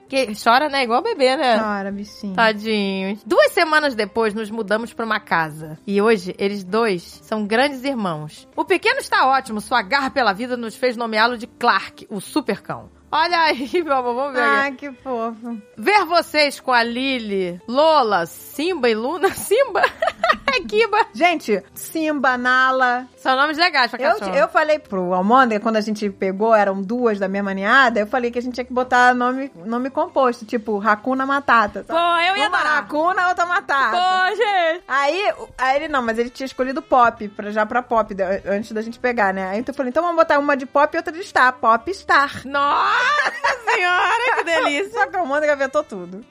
que chora, né? Igual bebê, né?
Chora, bichinho.
Tadinhos. Duas semanas depois, nos mudamos pra uma casa. E hoje, eles dois são grandes irmãos. O pequeno está ótimo, sua garra pela vida nos fez nomeá-lo de Clark, o supercão. Olha aí, meu amor, vamos ver.
Ai, que fofo.
Ver vocês com a Lili, Lola, Simba e Luna. Simba? É Kiba.
Gente, Simba, Nala.
São nomes legais pra
Eu,
cachorro.
eu falei pro Almôndega, quando a gente pegou, eram duas da mesma ninhada, eu falei que a gente tinha que botar nome, nome composto, tipo Hakuna Matata.
Pô, eu ia
Uma
adorar.
Hakuna, outra Matata.
Pô, gente.
Aí, o- aí ele não, mas ele tinha escolhido pop, pra, já pra pop, da- antes da gente pegar, né? Aí então eu falei, então vamos botar uma de pop e outra de star, pop star.
Nossa senhora, que delícia.
Só que o Almôndega gavetou tudo.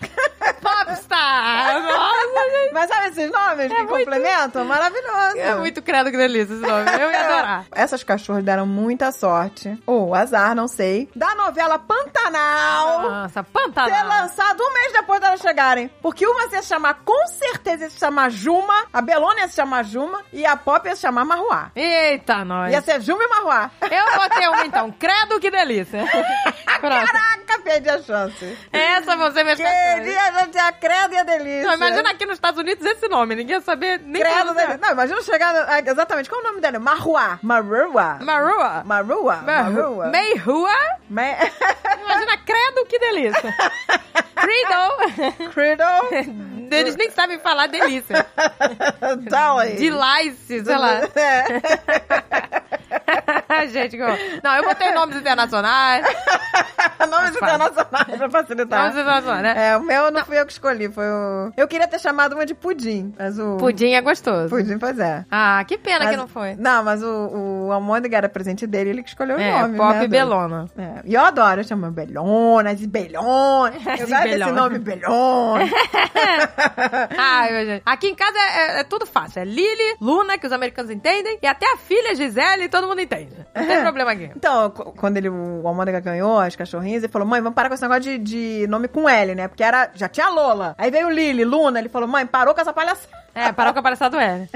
Popstar. Nossa, gente.
Mas sabe esses nomes que
É muito-
complementam? Maravilhoso.
É muito credo que delícia esse nome. Eu ia adorar.
Essas cachorras deram muita sorte, ou azar, não sei, da novela Pantanal.
Nossa, Pantanal.
Ser lançado um mês depois delas chegarem. Porque uma ia se chamar, com certeza, ia se chamar Juma, a Belona ia se chamar Juma e a Pop ia se chamar Marruá.
Eita, nós.
Ia ser Juma e Marruá.
Eu botei uma então. Credo que delícia. Pronto.
Caraca, perdi a chance.
Essa é você me
Perdi a chance, a credo e a delícia.
Não, imagina aqui nos Estados Unidos esse nome, ninguém ia saber nem
Credo,
pronunciar.
né? Não, imagina chegar. no- ah, Exatamente, qual é o nome dela? Marruá. Marruá.
Marua.
Marruá. Marruá.
Meirua.
Me-
Imagina, credo, que delícia. Credo.
Credo.
Eles nem sabem falar delícia.
Dolly.
Delice, sei lá.
Tá, É.
Gente, que horror. Não, eu botei nomes internacionais.
Nomes internacionais pra facilitar.
Nomes internacionais, né?
É, o meu não fui eu que escolhi, foi o. Eu queria ter chamado uma de pudim, mas o.
Pudim é gostoso.
Pudim, pois é.
Ah, que pena que
Mas-
não foi.
Não, mas o, o Almôndega era presente dele, ele que escolheu
é,
o nome.
Pop
né,
e
Dudu?
Belona.
É, E eu adoro, eu chamo Belona, de Belona. Eu gosto desse
Belona.
nome, Belona.
Ai, meu gente. Aqui em casa é, é- é tudo fácil. É Lily, Luna, que os americanos entendem, e até a filha Gisele, todo mundo entende. Não tem problema aqui.
Então, qu- quando ele, o Almôndega ganhou as cachorrinhas, ele falou, mãe, vamos parar com esse negócio de, de nome com L, né? Porque era, já tinha Lola. Aí veio Lili, Luna, ele falou, mãe, parou com essa palhaçada.
É, parou com a palhaçada do L.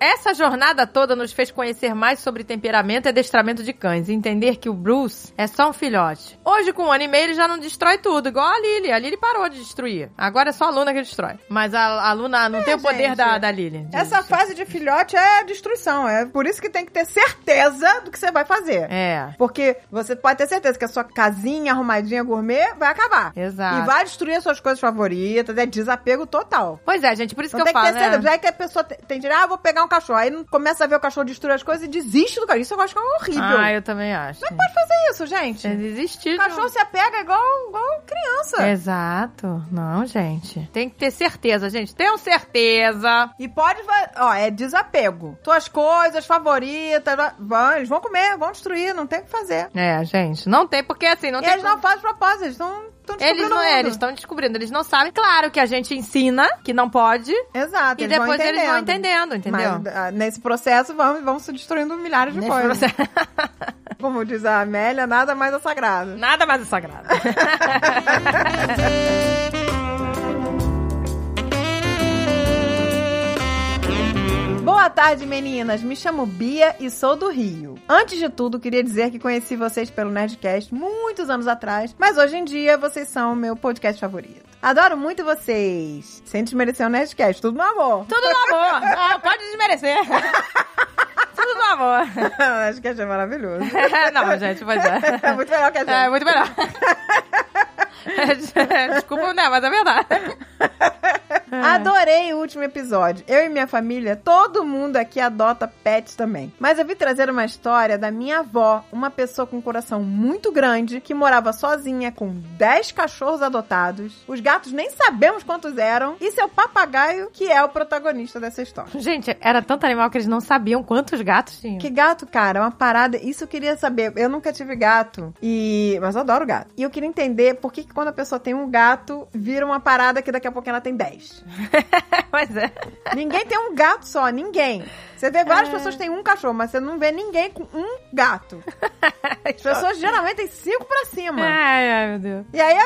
Essa jornada toda nos fez conhecer mais sobre temperamento e adestramento de cães. E entender que o Bruce é só um filhote. Hoje, com um ano e meio, ele já não destrói tudo, igual a Lily. A Lily parou de destruir. Agora é só a Luna que destrói. Mas a, a Luna não tem o poder
É, gente.
da, da Lily. de-
Essa fase de filhote é destruição, é por isso que tem que ter certeza do que você vai fazer.
É.
Porque você pode ter certeza que a sua casinha arrumadinha gourmet vai acabar.
Exato.
E vai destruir as suas coisas favoritas, é desapego total.
Pois é, gente, por isso que
Não tem
eu falo,
que ter é certeza.
né?
Já que a pessoa te- tem direito, ah, vou pegar um cachorro. Aí não- começa a ver o cachorro destruir as coisas e desiste do cachorro. Isso eu acho que é horrível.
Ah, eu também acho.
Não pode fazer isso, gente.
É desistir.
O
de um-
cachorro se apega igual, igual criança.
Exato. Não, gente. Tem que ter certeza, gente. Tenham certeza.
E pode, va- ó, é desapego. Tuas coisas favoritas, va- vão, eles vão comer, vão destruir, não tem o que fazer.
É, gente. Não tem, porque assim, não
E
tem.
eles
como-
não fazem propósito, eles estão descobrindo
Eles não,
o
é,
mundo.
eles estão descobrindo, eles não sabem. Claro que a gente ensina que não pode
Exato,
e depois eles vão
entendendo.
entendendo, entendeu?
Mas, ah, nesse processo vamos, vamos se destruindo milhares de
Nesse
coisas.
processo-
Como diz a Amélia, nada mais é sagrado.
Nada mais é sagrado.
Boa tarde, meninas. Me chamo Bia e sou do Rio. Antes de tudo, queria dizer que conheci vocês pelo Nerdcast muitos anos atrás, mas hoje em dia vocês são o meu podcast favorito. Adoro muito vocês. Sem desmerecer o Nerdcast, tudo no amor.
Tudo no amor. Ah, pode desmerecer. Tudo no amor.
Nerdcast é maravilhoso.
não, gente, pois
É
é.
muito melhor que a gente.
É muito melhor. Desculpa, né? Mas é verdade.
Adorei o último episódio. Eu e minha família, todo mundo aqui adota pets também. Mas eu vim trazer uma história da minha avó, uma pessoa com um coração muito grande, que morava sozinha com 10 cachorros adotados. Os gatos nem sabemos quantos eram. E seu papagaio, que é o protagonista dessa história.
Gente, era tanto animal que eles não sabiam quantos gatos tinham.
Que gato, cara, é uma parada. Isso eu queria saber. Eu nunca tive gato. E. Mas eu adoro gato. E eu queria entender por que, que quando a pessoa tem um gato, vira uma parada que daqui a pouco ela tem 10.
Pois é.
Ninguém tem um gato só, ninguém. Você vê várias pessoas que têm um cachorro, mas você não vê ninguém com um gato. As pessoas geralmente têm cinco pra cima.
Ai, ai, meu Deus.
E aí,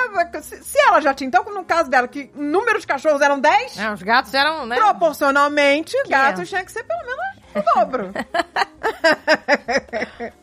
se se ela já tinha, então, no caso dela, que o número de cachorros eram 10,
É, os gatos eram, né?
proporcionalmente,
é.
gatos tinha que ser pelo menos o dobro.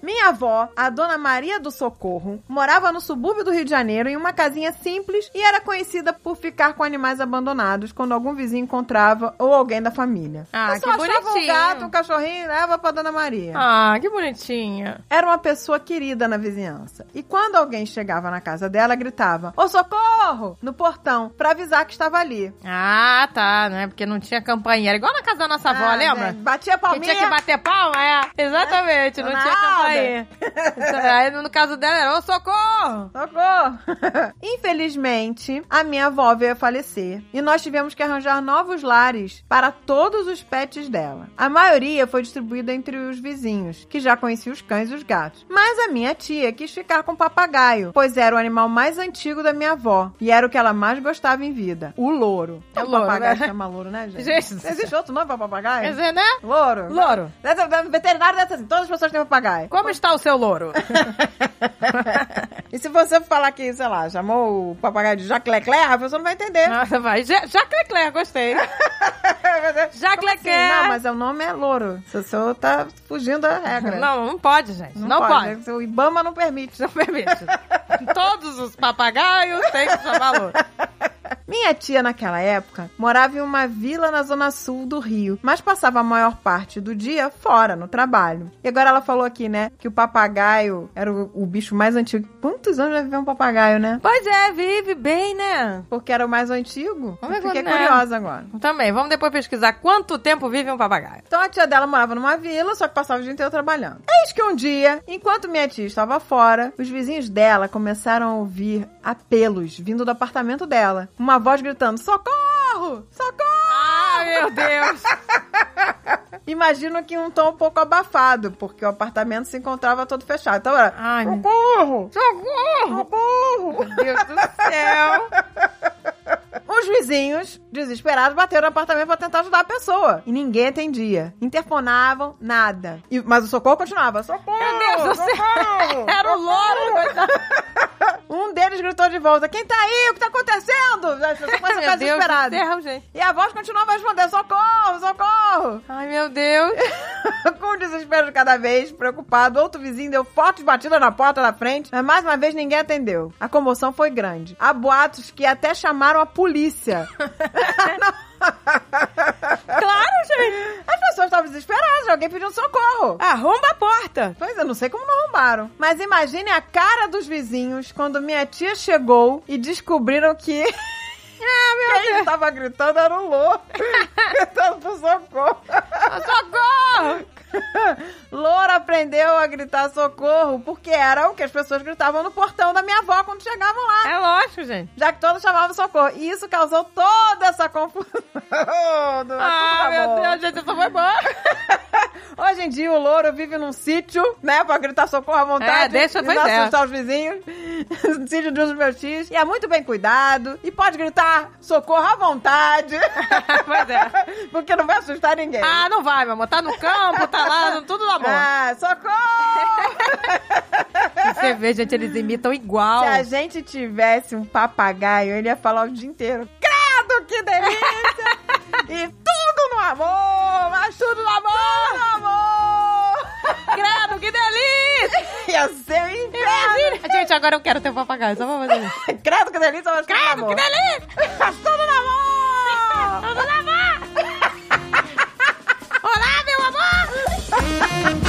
Minha avó, a dona Maria do Socorro, morava no subúrbio do Rio de Janeiro em uma casinha simples e era conhecida por ficar com animais abandonados quando algum vizinho encontrava ou alguém da família.
Ah,
Eu só
que
achava um
bonitinho.
gato, um cachorrinho e leva pra dona Maria.
Ah, que bonitinha.
Era uma pessoa querida na vizinhança. E quando alguém chegava na casa dela, gritava: Ô socorro! no portão, pra avisar que estava ali.
Ah, tá, né? Porque não tinha campainha. Era igual na casa da nossa avó,
Ah,
lembra?
né? Batia
Que
palminha.
tinha que bater palma, é. Exatamente, não
Dona
tinha
Alda.
campainha. Aí, no caso dela, era ô socorro!
Socorro! Infelizmente, a minha avó veio a falecer e nós tivemos que arranjar novos lares para todos os pets dela. A maioria foi distribuída entre os vizinhos, que já conheciam os cães e os gatos. Mas a minha tia quis ficar com o papagaio, pois era o animal mais antigo da minha avó e era o que ela mais gostava em vida, o louro.
É
o
louro,
papagaio
né?
se chama louro, né, gente?
Gente do
Existe outro nome para papagaio?
Quer dizer, né?
Louro.
Louro.
Deve- deve- Veterinário deve ser assim, todas as pessoas têm papagaio.
Como está o seu louro?
E se você falar que, sei lá, chamou o papagaio de Jacques Leclerc, a pessoa não vai entender.
Nossa, vai. Ja- Jacques Leclerc, gostei. Jacques
Como assim?
Leclerc.
Não, mas o nome é louro. Você só tá fugindo da regra.
Não, não pode, gente. é, né? Não, pode.
né? O Ibama não permite.
Não permite. Todos os papagaios têm que chamar louro.
Minha tia, naquela época, morava em uma vila na zona sul do Rio, mas passava a maior parte do dia fora, no trabalho. E agora ela falou aqui, né, que o papagaio era o, o bicho mais antigo. Quantos anos vai viver um papagaio, né?
Pois é, vive bem, né?
Porque era o mais antigo?
Vamos ver
Eu fiquei
quando é.
curiosa agora.
Também, vamos depois pesquisar quanto tempo vive um papagaio.
Então a tia dela morava numa vila, só que passava o dia inteiro trabalhando. Eis que um dia, enquanto minha tia estava fora, os vizinhos dela começaram a ouvir apelos vindo do apartamento dela. Uma voz gritando: Socorro! Socorro!
Ah, meu Deus!
Imagino que em um tom um pouco abafado, porque o apartamento se encontrava todo fechado. Então era:
Ai, meu-
Socorro!
Socorro!
Socorro!
Meu Deus do céu!
Os vizinhos, desesperados, bateram no apartamento pra tentar ajudar a pessoa. E ninguém atendia. Interfonavam, nada. E- mas o socorro continuava. Socorro!
Meu Deus do céu!
socorro,
Era o louro! coitado.
Um deles gritou de volta: Quem tá aí? O que tá acontecendo? As pessoas começam a
Meu Deus
ficar
do
desesperadas.
céu, gente.
E a voz continuava a responder: Socorro, socorro!
Ai, meu Deus.
Com o desespero de cada vez, preocupado, outro vizinho deu fortes batidas na porta da frente, mas mais uma vez ninguém atendeu. A comoção foi grande. Há boatos que até chamaram a polícia.
Claro, gente.
As pessoas estavam desesperadas, alguém pediu socorro.
Arromba a porta.
Pois eu não sei como não arrombaram. Mas imagine a cara dos vizinhos quando minha tia chegou e descobriram que. Quem tava gritando era o Lô. gritando pro socorro.
Socorro!
Loura aprendeu a gritar socorro porque era o que as pessoas gritavam no portão da minha avó quando chegavam lá.
É lógico, gente.
Já que todos chamavam socorro. E isso causou toda essa confusão. Tudo
Ah,
tá
meu
bom.
Deus, gente, isso foi bom.
Hoje em dia, o louro vive num sítio, né? Pra gritar socorro à vontade.
É, deixa-
e
pois
não
é.
assustar os vizinhos. No sítio dos meus tios. E é muito bem cuidado. E pode gritar socorro à vontade.
pois é.
porque não vai assustar ninguém.
Ah, não vai, meu amor. Tá no campo, tá lá, tudo na mão.
Ah, socorro!
Você vê, gente, eles imitam igual.
Se a gente tivesse um papagaio, ele ia falar o dia inteiro. Credo, que delícia! e tudo no amor! Mas tudo no amor! Tudo no amor!
Credo, que delícia!
ia ser um inferno!
Imagina. Gente, agora eu quero ter um papagaio, só pra fazer isso.
Credo, que delícia! Mas tudo no
Credo, que
amor!
delícia!
Mas tudo no amor!
Tudo na mão. Olá, meu amor!